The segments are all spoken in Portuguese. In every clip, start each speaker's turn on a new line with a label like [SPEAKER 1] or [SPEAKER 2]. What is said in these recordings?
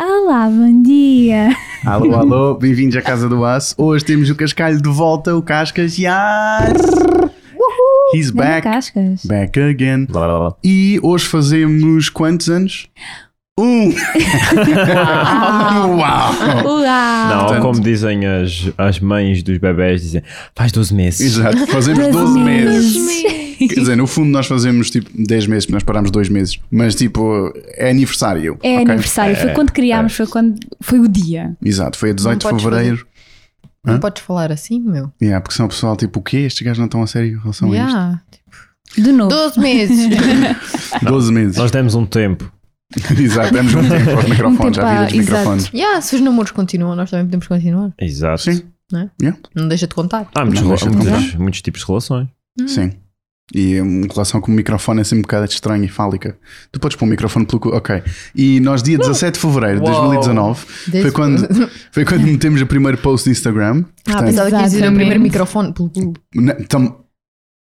[SPEAKER 1] Olá, bom dia.
[SPEAKER 2] Alô, alô, bem-vindos à Casa do Aço. Hoje temos o Cascalho de volta, o Cascas. Yes! He's
[SPEAKER 1] Vem
[SPEAKER 2] back.
[SPEAKER 1] Cascas.
[SPEAKER 2] Back again.
[SPEAKER 3] Blá, blá, blá.
[SPEAKER 2] E hoje fazemos quantos anos? Um! Uau!
[SPEAKER 1] Olá.
[SPEAKER 3] Não,
[SPEAKER 2] Ah, Portanto-
[SPEAKER 3] como dizem as, as mães dos bebés, dizem faz 12 meses.
[SPEAKER 2] Exato, fazemos 12 meses. Quer
[SPEAKER 1] meses.
[SPEAKER 2] dizer, no fundo nós fazemos tipo 10 meses, porque nós paramos 2 meses. Mas tipo, é
[SPEAKER 1] É
[SPEAKER 2] aniversário. ok? É.
[SPEAKER 1] aniversário, foi quando criámos, foi quando foi o dia.
[SPEAKER 2] Exato, foi a 18
[SPEAKER 4] Não
[SPEAKER 2] de
[SPEAKER 4] podes
[SPEAKER 2] fevereiro. Hã?
[SPEAKER 4] Não podes falar assim, meu?
[SPEAKER 2] Yeah, porque são o pessoal tipo, o quê? Estes gajos não estão a sério em relação a
[SPEAKER 4] Yeah.
[SPEAKER 1] De novo.
[SPEAKER 4] 12 meses.
[SPEAKER 2] isto. 12 meses.
[SPEAKER 3] Nós demos um tempo.
[SPEAKER 2] Exato, damos um tempo aos microfones,
[SPEAKER 1] tempo
[SPEAKER 2] à
[SPEAKER 1] a-
[SPEAKER 2] vida dos
[SPEAKER 1] exato.
[SPEAKER 2] microfones.
[SPEAKER 4] yeah, se os namoros continuam, nós também podemos continuar.
[SPEAKER 3] Exato.
[SPEAKER 2] Sim,
[SPEAKER 4] Não deixa de contar.
[SPEAKER 3] Há muitos,
[SPEAKER 2] Não
[SPEAKER 3] rela-
[SPEAKER 2] deixa de
[SPEAKER 3] muitos, muitos tipos de relações.
[SPEAKER 4] Hum.
[SPEAKER 2] sim. E hum, em relação com o microfone é sempre um bocado estranho e fálica. Tu podes pôr o microfone pelo cu. Ok. E nós, dia 17 de fevereiro de
[SPEAKER 3] Uau.
[SPEAKER 2] 2019, foi
[SPEAKER 4] Desde-
[SPEAKER 2] quando, foi quando metemos o primeiro post no Instagram.
[SPEAKER 4] Ah, pensava que ia dizer o
[SPEAKER 1] Exatamente.
[SPEAKER 4] primeiro microfone pelo culo.
[SPEAKER 2] Na- tam-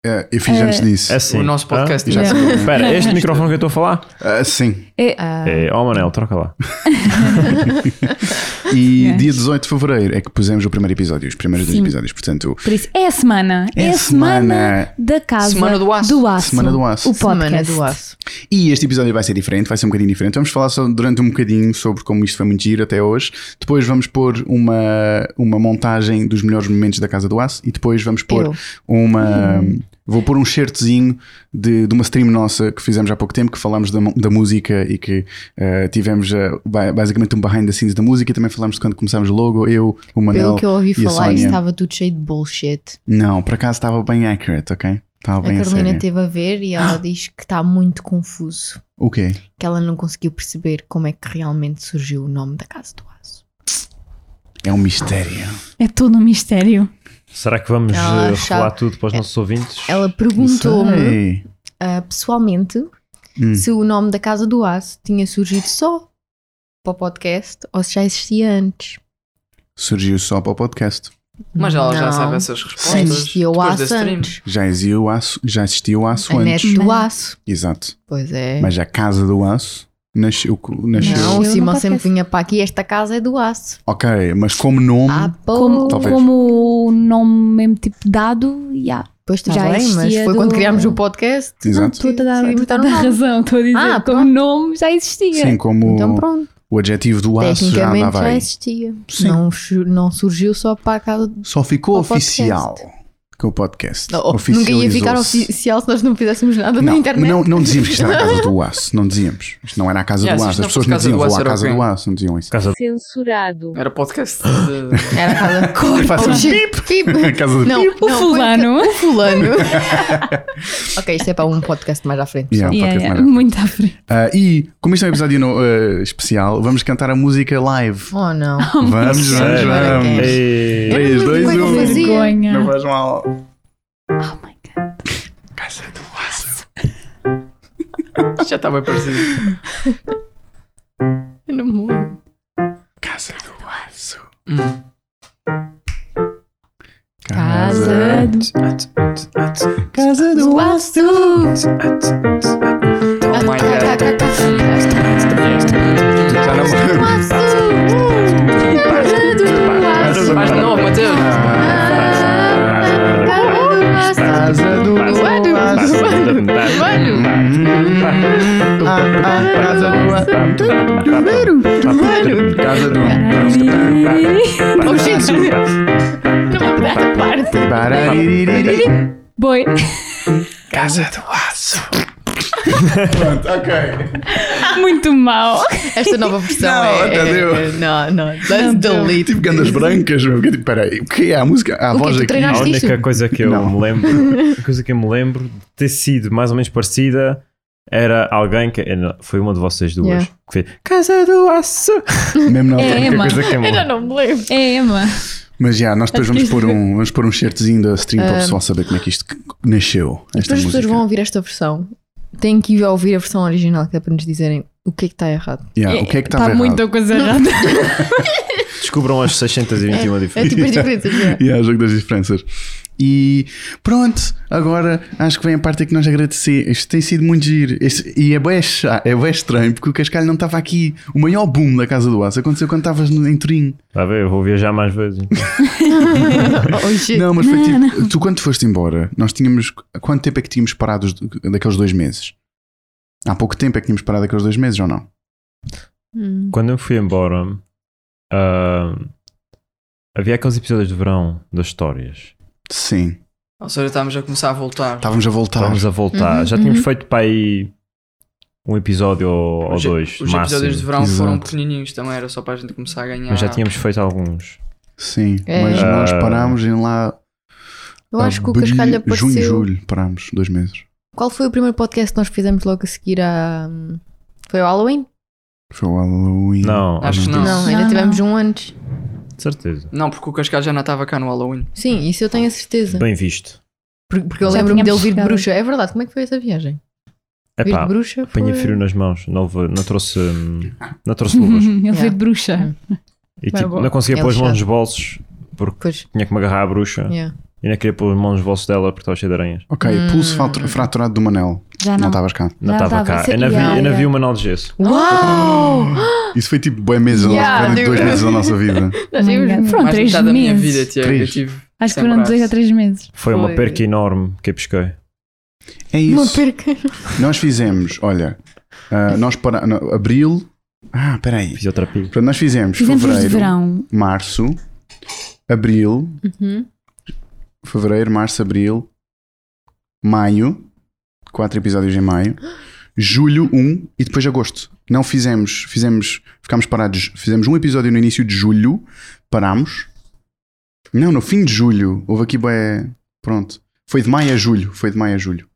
[SPEAKER 2] eh, eu fiz antes disso.
[SPEAKER 3] É assim.
[SPEAKER 5] o nosso
[SPEAKER 3] Hã?
[SPEAKER 5] podcast.
[SPEAKER 2] Já
[SPEAKER 5] né?
[SPEAKER 2] sei.
[SPEAKER 3] Espera, este microfone que eu estou a falar?
[SPEAKER 2] Ah, sim.
[SPEAKER 4] Ah,
[SPEAKER 3] É, oh Manel, troca lá.
[SPEAKER 2] E
[SPEAKER 1] Yes.
[SPEAKER 2] dia 18 de fevereiro é que pusemos o primeiro episódio, os primeiros dois
[SPEAKER 1] Sim.
[SPEAKER 2] episódios. Portanto,
[SPEAKER 1] Por isso, é a semana. É,
[SPEAKER 2] É
[SPEAKER 1] a semana,
[SPEAKER 2] semana.
[SPEAKER 1] da casa.
[SPEAKER 5] Semana do aço.
[SPEAKER 2] Semana do aço.
[SPEAKER 1] O podcast.
[SPEAKER 4] Semana do Aço.
[SPEAKER 2] E este episódio vai ser diferente, vai ser um bocadinho diferente. Vamos falar só durante um bocadinho sobre como isto foi muito giro até hoje. Depois vamos pôr uma, uma montagem dos melhores momentos da Casa do Aço e depois vamos pôr
[SPEAKER 4] Eu.
[SPEAKER 2] uma. Vou pôr um certezinho de, de uma stream nossa que fizemos há pouco tempo, que falámos da, mu- da música e que eh, tivemos eh, ba- basicamente um behind the scenes da música e também falámos de quando começámos o logo, eu, o Manel.
[SPEAKER 4] Pelo que eu ouvi
[SPEAKER 2] e a
[SPEAKER 4] falar,
[SPEAKER 2] Sónia.
[SPEAKER 4] isso estava tudo cheio de bullshit.
[SPEAKER 2] Não, por acaso estava bem accurate, ok? Estava bem
[SPEAKER 4] a
[SPEAKER 2] a Ah.
[SPEAKER 4] Carolina
[SPEAKER 2] sério.
[SPEAKER 4] esteve a ver e ela diz que está muito confuso.
[SPEAKER 2] O quê?
[SPEAKER 4] Que ela não conseguiu perceber como é que realmente surgiu o nome da Casa do Aço.
[SPEAKER 2] É um mistério.
[SPEAKER 1] É todo um mistério.
[SPEAKER 3] Será que vamos
[SPEAKER 4] Ah,
[SPEAKER 3] eh,
[SPEAKER 4] já.
[SPEAKER 3] revelar tudo para os nossos ouvintes?
[SPEAKER 4] Ela
[SPEAKER 2] Não
[SPEAKER 4] perguntou-me
[SPEAKER 2] sei.
[SPEAKER 4] ah, pessoalmente
[SPEAKER 2] Hum.
[SPEAKER 4] se o nome da Casa do Aço tinha surgido só para o podcast ou se já existia antes.
[SPEAKER 2] surgiu só para o podcast.
[SPEAKER 5] Mas ela já
[SPEAKER 4] Não.
[SPEAKER 5] sabe essas
[SPEAKER 4] Já
[SPEAKER 5] respostas.
[SPEAKER 4] existia o
[SPEAKER 5] depois
[SPEAKER 4] aço
[SPEAKER 5] da stream.
[SPEAKER 4] antes.
[SPEAKER 2] Já existiu o aço, já existiu o aço
[SPEAKER 4] A
[SPEAKER 2] antes.
[SPEAKER 4] net do
[SPEAKER 1] Mas-
[SPEAKER 4] aço.
[SPEAKER 2] Exato.
[SPEAKER 4] Pois é.
[SPEAKER 2] Mas a casa do aço nasceu. nasceu.
[SPEAKER 4] não,
[SPEAKER 1] Eu
[SPEAKER 4] o
[SPEAKER 1] não
[SPEAKER 4] Simão
[SPEAKER 1] podcast.
[SPEAKER 4] sempre vinha para aqui. Esta casa é do aço.
[SPEAKER 2] Ok, mas como nome.
[SPEAKER 4] Ah,
[SPEAKER 1] Como,
[SPEAKER 4] pô.
[SPEAKER 2] Talvez.
[SPEAKER 1] como o nome mesmo tipo dado, yeah.
[SPEAKER 4] Pois está
[SPEAKER 1] Já
[SPEAKER 4] bem, mas
[SPEAKER 1] existia
[SPEAKER 4] foi
[SPEAKER 1] do-
[SPEAKER 4] quando criámos o podcast.
[SPEAKER 2] Exato.
[SPEAKER 1] Estou a dar
[SPEAKER 4] Sim, então
[SPEAKER 1] estou a
[SPEAKER 4] botaram
[SPEAKER 1] dar
[SPEAKER 4] lá.
[SPEAKER 1] razão, estou a dizer.
[SPEAKER 4] Ah,
[SPEAKER 1] como
[SPEAKER 4] pronto.
[SPEAKER 1] nome já existia.
[SPEAKER 2] Sim, como
[SPEAKER 4] Então pronto.
[SPEAKER 2] o adjetivo do aço já
[SPEAKER 4] Tecnicamente
[SPEAKER 2] andava
[SPEAKER 4] já
[SPEAKER 2] aí.
[SPEAKER 4] existia.
[SPEAKER 2] Sim.
[SPEAKER 4] Não, su- não surgiu só para a casa do.
[SPEAKER 2] Só ficou
[SPEAKER 4] O podcast.
[SPEAKER 2] oficial com o podcast.
[SPEAKER 4] Não, Oh, nunca ia ficar
[SPEAKER 2] Oficializou-se.
[SPEAKER 4] oficial se nós não fizéssemos nada na
[SPEAKER 2] Não,
[SPEAKER 4] internet.
[SPEAKER 2] não, não dizíamos que isto era a casa do aço, não dizíamos. Isto não era a casa
[SPEAKER 5] Yeah,
[SPEAKER 2] do
[SPEAKER 5] se
[SPEAKER 2] aço,
[SPEAKER 5] isto
[SPEAKER 2] as
[SPEAKER 5] não
[SPEAKER 2] pessoas
[SPEAKER 5] fosse
[SPEAKER 2] não
[SPEAKER 5] Casa do
[SPEAKER 2] diziam vou
[SPEAKER 5] Aço,
[SPEAKER 2] à
[SPEAKER 5] era o
[SPEAKER 2] casa
[SPEAKER 5] quê?
[SPEAKER 2] do aço, não diziam isso.
[SPEAKER 3] Casa
[SPEAKER 6] Censurado.
[SPEAKER 5] Era podcast de...
[SPEAKER 4] Era a casa
[SPEAKER 2] Faça um
[SPEAKER 4] Pip, pip.
[SPEAKER 2] casa do
[SPEAKER 4] Não,
[SPEAKER 1] O
[SPEAKER 4] não, foi-
[SPEAKER 2] É um
[SPEAKER 1] fulano.
[SPEAKER 4] O fulano. ok, isto é para um podcast mais à frente.
[SPEAKER 2] Yeah, um
[SPEAKER 4] pessoal.
[SPEAKER 1] Yeah,
[SPEAKER 2] podcast
[SPEAKER 1] yeah,
[SPEAKER 2] mais à frente.
[SPEAKER 1] Muito à frente.
[SPEAKER 2] Ah, e como isto é um episódio no- eh, especial, vamos cantar a música live.
[SPEAKER 4] Oh não.
[SPEAKER 2] Vamos, vamos,
[SPEAKER 4] Agora
[SPEAKER 2] vamos. um.
[SPEAKER 4] queres?
[SPEAKER 3] Ei,
[SPEAKER 4] Eu não
[SPEAKER 2] 3, 2,
[SPEAKER 4] lembro como é
[SPEAKER 2] 1.
[SPEAKER 4] que eu fazia.
[SPEAKER 1] Vergonha.
[SPEAKER 2] Não faz mal.
[SPEAKER 1] Oh my god.
[SPEAKER 2] Casa do Aço.
[SPEAKER 5] Já está bem parecido.
[SPEAKER 4] Eu não me lembro.
[SPEAKER 2] Casa do Aço.
[SPEAKER 5] Hum.
[SPEAKER 4] Casa
[SPEAKER 2] Casa
[SPEAKER 4] do Aço.
[SPEAKER 5] Oh my god.
[SPEAKER 2] Já não me
[SPEAKER 5] Mas não, Mateus.
[SPEAKER 2] Casa do Aço. Ah, ah, Casa do Aço. Casa do
[SPEAKER 4] Oh, gente.
[SPEAKER 2] Baraririririri.
[SPEAKER 1] Boi.
[SPEAKER 2] Casa do Aço. Pronto, ok.
[SPEAKER 1] Muito mal.
[SPEAKER 4] Esta nova versão
[SPEAKER 2] Não,
[SPEAKER 4] é,
[SPEAKER 2] entendeu?
[SPEAKER 4] é- Não, não. Let's
[SPEAKER 2] Tive
[SPEAKER 4] delete.
[SPEAKER 2] tipo, gandas brancas, meu. que tipo, Peraí, o que é a música? A
[SPEAKER 4] O quê?
[SPEAKER 2] voz
[SPEAKER 4] Tu
[SPEAKER 2] aqui.
[SPEAKER 3] A
[SPEAKER 4] treinaste
[SPEAKER 3] única
[SPEAKER 4] Assiste.
[SPEAKER 3] coisa que eu
[SPEAKER 2] Não.
[SPEAKER 3] me lembro, a coisa que eu me lembro de ter sido mais ou menos parecida era alguém que era- foi uma de vocês duas
[SPEAKER 4] Yeah.
[SPEAKER 3] que fez Casa do Aço.
[SPEAKER 2] Mesmo na
[SPEAKER 1] É,
[SPEAKER 2] altura, a única
[SPEAKER 1] mano.
[SPEAKER 2] coisa que eu me lembro.
[SPEAKER 4] não me lembro.
[SPEAKER 1] É, Emma.
[SPEAKER 2] Mas já, nós depois vamos pôr um, vamos pôr um certezinho da stream para o
[SPEAKER 4] é- Ah.
[SPEAKER 2] pessoal saber como é que isto c- nasceu. Esta
[SPEAKER 4] Depois as pessoas
[SPEAKER 2] música.
[SPEAKER 4] vão ouvir esta versão. Têm que ir ouvir a versão original, que é para nos dizerem o que é tá que está errado.
[SPEAKER 2] Yeah, o que é que estava
[SPEAKER 1] Está
[SPEAKER 2] errado?
[SPEAKER 1] muita coisa errada.
[SPEAKER 3] Descubram as 621
[SPEAKER 4] É
[SPEAKER 3] diferenças.
[SPEAKER 4] tipo as diferenças. não é?
[SPEAKER 2] Yeah, jogo das diferenças. E pronto, agora acho que vem a parte em que nós agradecer. Isto tem sido muito giro. Este- e é bem, chá- é bem estranho porque o Cascalho não estava aqui. O maior boom da Casa do Aço aconteceu quando estavas no- em Turim.
[SPEAKER 3] Está Tá a ver? Eu vou viajar mais vezes.
[SPEAKER 4] Hoje.
[SPEAKER 2] Não, mas foi tipo, tu quando foste embora, nós tínhamos. Quanto tempo é que tínhamos parado os- daqueles dois meses? Há pouco tempo é que tínhamos parado daqueles dois meses ou não?
[SPEAKER 4] Hum.
[SPEAKER 3] Quando eu fui embora, ah, havia aqueles episódios de verão das histórias.
[SPEAKER 2] Sim.
[SPEAKER 5] Ou seja, estávamos a começar a voltar.
[SPEAKER 2] Estávamos a voltar.
[SPEAKER 3] Estávamos a voltar.
[SPEAKER 4] Uhum,
[SPEAKER 3] Já tínhamos
[SPEAKER 4] uhum.
[SPEAKER 3] feito para aí um episódio ou, ou
[SPEAKER 5] Os-
[SPEAKER 3] dois,
[SPEAKER 5] Os
[SPEAKER 3] máximo.
[SPEAKER 5] episódios de verão
[SPEAKER 2] Exato.
[SPEAKER 5] foram pequenininhos também, era só para a gente começar a ganhar.
[SPEAKER 3] Mas já tínhamos feito alguns.
[SPEAKER 2] Sim.
[SPEAKER 4] É.
[SPEAKER 2] Mas
[SPEAKER 3] Ah.
[SPEAKER 2] nós parámos em lá.
[SPEAKER 4] Eu acho que o
[SPEAKER 2] abril-
[SPEAKER 4] Cascalho apareceu.
[SPEAKER 2] Junho, julho, parámos, dois meses.
[SPEAKER 4] Qual foi o primeiro podcast que nós fizemos logo a seguir a. hum, Foi o Halloween?
[SPEAKER 2] Foi o Halloween.
[SPEAKER 3] Não,
[SPEAKER 5] Acho que
[SPEAKER 3] não.
[SPEAKER 5] não.
[SPEAKER 4] Não, ainda
[SPEAKER 1] Não,
[SPEAKER 4] tivemos
[SPEAKER 1] não.
[SPEAKER 4] um antes.
[SPEAKER 3] De certeza.
[SPEAKER 5] Não, porque o Cascal já não estava cá no Halloween.
[SPEAKER 4] Sim, isso eu tenho a certeza.
[SPEAKER 3] Bem visto.
[SPEAKER 4] Por- Porque eu
[SPEAKER 1] Já
[SPEAKER 4] lembro-me dele
[SPEAKER 1] tínhamos
[SPEAKER 4] vir de
[SPEAKER 1] chegado.
[SPEAKER 4] bruxa. É verdade, como é que foi essa viagem? vir
[SPEAKER 3] Epá,
[SPEAKER 4] de bruxa foi...
[SPEAKER 3] apanhei frio nas mãos. Não, houve- não trouxe, hum, não trouxe luvas.
[SPEAKER 1] Ele
[SPEAKER 4] Yeah.
[SPEAKER 1] veio de bruxa.
[SPEAKER 3] E
[SPEAKER 4] Mas
[SPEAKER 3] tipo,
[SPEAKER 4] bom,
[SPEAKER 3] não conseguia
[SPEAKER 4] é
[SPEAKER 3] pôr as mãos
[SPEAKER 4] lixado.
[SPEAKER 3] nos bolsos porque
[SPEAKER 4] Pois,
[SPEAKER 3] tinha que me agarrar à bruxa.
[SPEAKER 2] Ah.
[SPEAKER 4] yeah.
[SPEAKER 3] E não queria pôr as mãos nos bolsos dela porque estava cheia de aranhas.
[SPEAKER 2] Ok,
[SPEAKER 4] Hum. É
[SPEAKER 2] pulso fatura- fraturado do Manel.
[SPEAKER 1] Já
[SPEAKER 2] Não tá.
[SPEAKER 1] não.
[SPEAKER 2] estavas cá.
[SPEAKER 3] Não
[SPEAKER 1] Já
[SPEAKER 3] estava
[SPEAKER 1] estava.
[SPEAKER 3] cá.
[SPEAKER 1] Sim,
[SPEAKER 3] Eu não vi,
[SPEAKER 4] yeah,
[SPEAKER 3] eu não vi
[SPEAKER 4] yeah.
[SPEAKER 3] o Manal de Gesso.
[SPEAKER 4] Uau!
[SPEAKER 2] Isso foi tipo bem meses, da nossa-
[SPEAKER 4] Oh. Yeah,
[SPEAKER 2] foram dois
[SPEAKER 4] dude.
[SPEAKER 2] meses da nossa vida.
[SPEAKER 4] Nós
[SPEAKER 1] Oh my
[SPEAKER 4] vimos-
[SPEAKER 1] God. Foram
[SPEAKER 5] Mais
[SPEAKER 1] três
[SPEAKER 5] metade da minha vida,
[SPEAKER 1] meses.
[SPEAKER 5] Tiago. Eu
[SPEAKER 2] Três.
[SPEAKER 5] tive
[SPEAKER 1] Acho que
[SPEAKER 5] sem
[SPEAKER 1] foram
[SPEAKER 5] braço.
[SPEAKER 1] dois ou três meses.
[SPEAKER 3] Foi uma
[SPEAKER 5] Foi.
[SPEAKER 3] perca enorme que eu pesquei.
[SPEAKER 2] É
[SPEAKER 4] Uma
[SPEAKER 2] isso.
[SPEAKER 4] perca.
[SPEAKER 2] Nós fizemos, olha, ah, nós para no- abril. Ah, peraí.
[SPEAKER 3] Fisioterapia.
[SPEAKER 2] Portanto, nós fizemos,
[SPEAKER 1] Fizemos os de
[SPEAKER 2] fevereiro,
[SPEAKER 1] verão.
[SPEAKER 2] março, abril,
[SPEAKER 4] Uhum.
[SPEAKER 2] fevereiro, março, abril, maio, quatro episódios em maio, julho, um e depois agosto. Não fizemos, fizemos, ficámos parados, fizemos um episódio no início de julho, parámos. Não, no fim de julho, houve aqui bem, pronto. Foi de maio a julho, foi de maio a julho.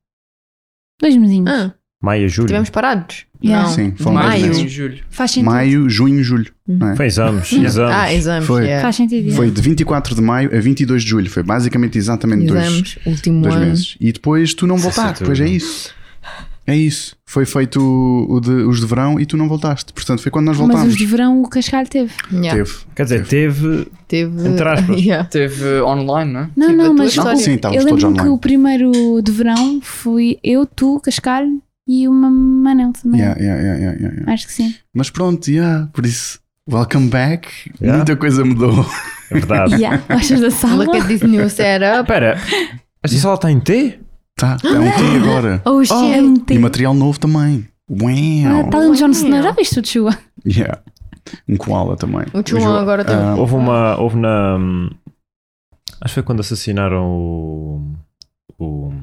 [SPEAKER 1] Dois mesinhos.
[SPEAKER 4] Ah,
[SPEAKER 3] Maio, julho.
[SPEAKER 4] estivemos parados?
[SPEAKER 1] Yeah.
[SPEAKER 4] Não.
[SPEAKER 2] Sim, foram dois
[SPEAKER 5] Maio,
[SPEAKER 2] meses.
[SPEAKER 5] em um julho.
[SPEAKER 1] Faz sentido.
[SPEAKER 2] Maio, junho, julho.
[SPEAKER 3] Foi exames. exames.
[SPEAKER 4] Ah, exames.
[SPEAKER 2] Foi.
[SPEAKER 4] yeah.
[SPEAKER 1] Faz sentido. é. yeah.
[SPEAKER 2] é- Foi de 24 de maio a 22 de julho. Foi basicamente exatamente dois,
[SPEAKER 4] Exames, último
[SPEAKER 2] dois
[SPEAKER 4] ano.
[SPEAKER 2] meses. E depois tu não
[SPEAKER 3] Sim,
[SPEAKER 2] voltaste.
[SPEAKER 3] sim,
[SPEAKER 2] Depois é
[SPEAKER 3] tudo.
[SPEAKER 2] isso. É isso. Foi feito o- o de- os de verão e tu não voltaste. Portanto, foi quando nós
[SPEAKER 1] Mas
[SPEAKER 2] voltámos.
[SPEAKER 1] os de verão o Cascalho teve.
[SPEAKER 4] Yeah.
[SPEAKER 2] Teve.
[SPEAKER 3] Quer dizer, teve.
[SPEAKER 4] Teve.
[SPEAKER 3] Entre aspas.
[SPEAKER 4] Yeah.
[SPEAKER 5] Teve online, não é?
[SPEAKER 1] Não,
[SPEAKER 4] Sim, da
[SPEAKER 1] não,
[SPEAKER 4] tua
[SPEAKER 1] mas
[SPEAKER 4] história.
[SPEAKER 2] Sim,
[SPEAKER 1] eu
[SPEAKER 2] estávamos todos
[SPEAKER 1] lembro-me que
[SPEAKER 2] online.
[SPEAKER 1] o primeiro de verão fui eu, tu, Cascalho e uma Manel também.
[SPEAKER 2] Yeah, yeah, yeah, yeah, yeah, yeah.
[SPEAKER 1] Acho que sim.
[SPEAKER 2] Mas pronto, yeah, por isso, welcome back.
[SPEAKER 3] Yeah.
[SPEAKER 2] Muita coisa mudou.
[SPEAKER 3] É verdade.
[SPEAKER 1] Yeah. Baixas da sala.
[SPEAKER 4] Look at this new setup.
[SPEAKER 3] Espera, esta sala está em T?
[SPEAKER 2] Tá, é um T agora.
[SPEAKER 1] Oh, shit. é um
[SPEAKER 2] E
[SPEAKER 1] tempo.
[SPEAKER 2] material novo também.
[SPEAKER 1] Ah,
[SPEAKER 2] Uau!
[SPEAKER 1] tá no John Cena.
[SPEAKER 4] Uau.
[SPEAKER 1] Já viste o Chua?
[SPEAKER 2] Yeah. Um koala também.
[SPEAKER 4] O Chulão agora teve.
[SPEAKER 2] Ah,
[SPEAKER 3] Houve uma. Houve na. hum, Acho que foi quando assassinaram o. O.
[SPEAKER 2] o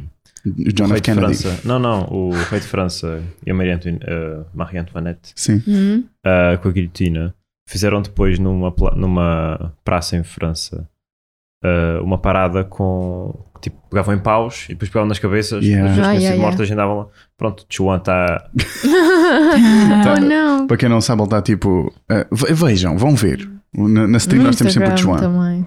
[SPEAKER 3] o
[SPEAKER 2] John
[SPEAKER 3] Ah, rei
[SPEAKER 2] F.
[SPEAKER 3] de
[SPEAKER 2] Kennedy.
[SPEAKER 3] França. Não, não. O rei de França e a Maria Antoine- eh, Marie Antoinette
[SPEAKER 2] Sim.
[SPEAKER 4] Uhum.
[SPEAKER 3] ah, com a guilhotina fizeram depois numa, pla- numa praça em França ah, uma parada com. Tipo, pegavam em paus e depois pegavam nas cabeças.
[SPEAKER 2] Yeah.
[SPEAKER 3] As pessoas
[SPEAKER 4] Ah,
[SPEAKER 3] que tinham
[SPEAKER 4] yeah,
[SPEAKER 3] sido
[SPEAKER 4] yeah.
[SPEAKER 3] mortas e andavam lá. Pronto, Chuan está.
[SPEAKER 1] Ah,
[SPEAKER 2] Tá.
[SPEAKER 4] Oh, não.
[SPEAKER 2] Para quem não sabe, ele está tipo. ah, ve- vejam, vão ver. Na, na stream
[SPEAKER 4] No
[SPEAKER 2] nós temos sempre o
[SPEAKER 4] Instagram
[SPEAKER 2] Chuan.
[SPEAKER 4] também.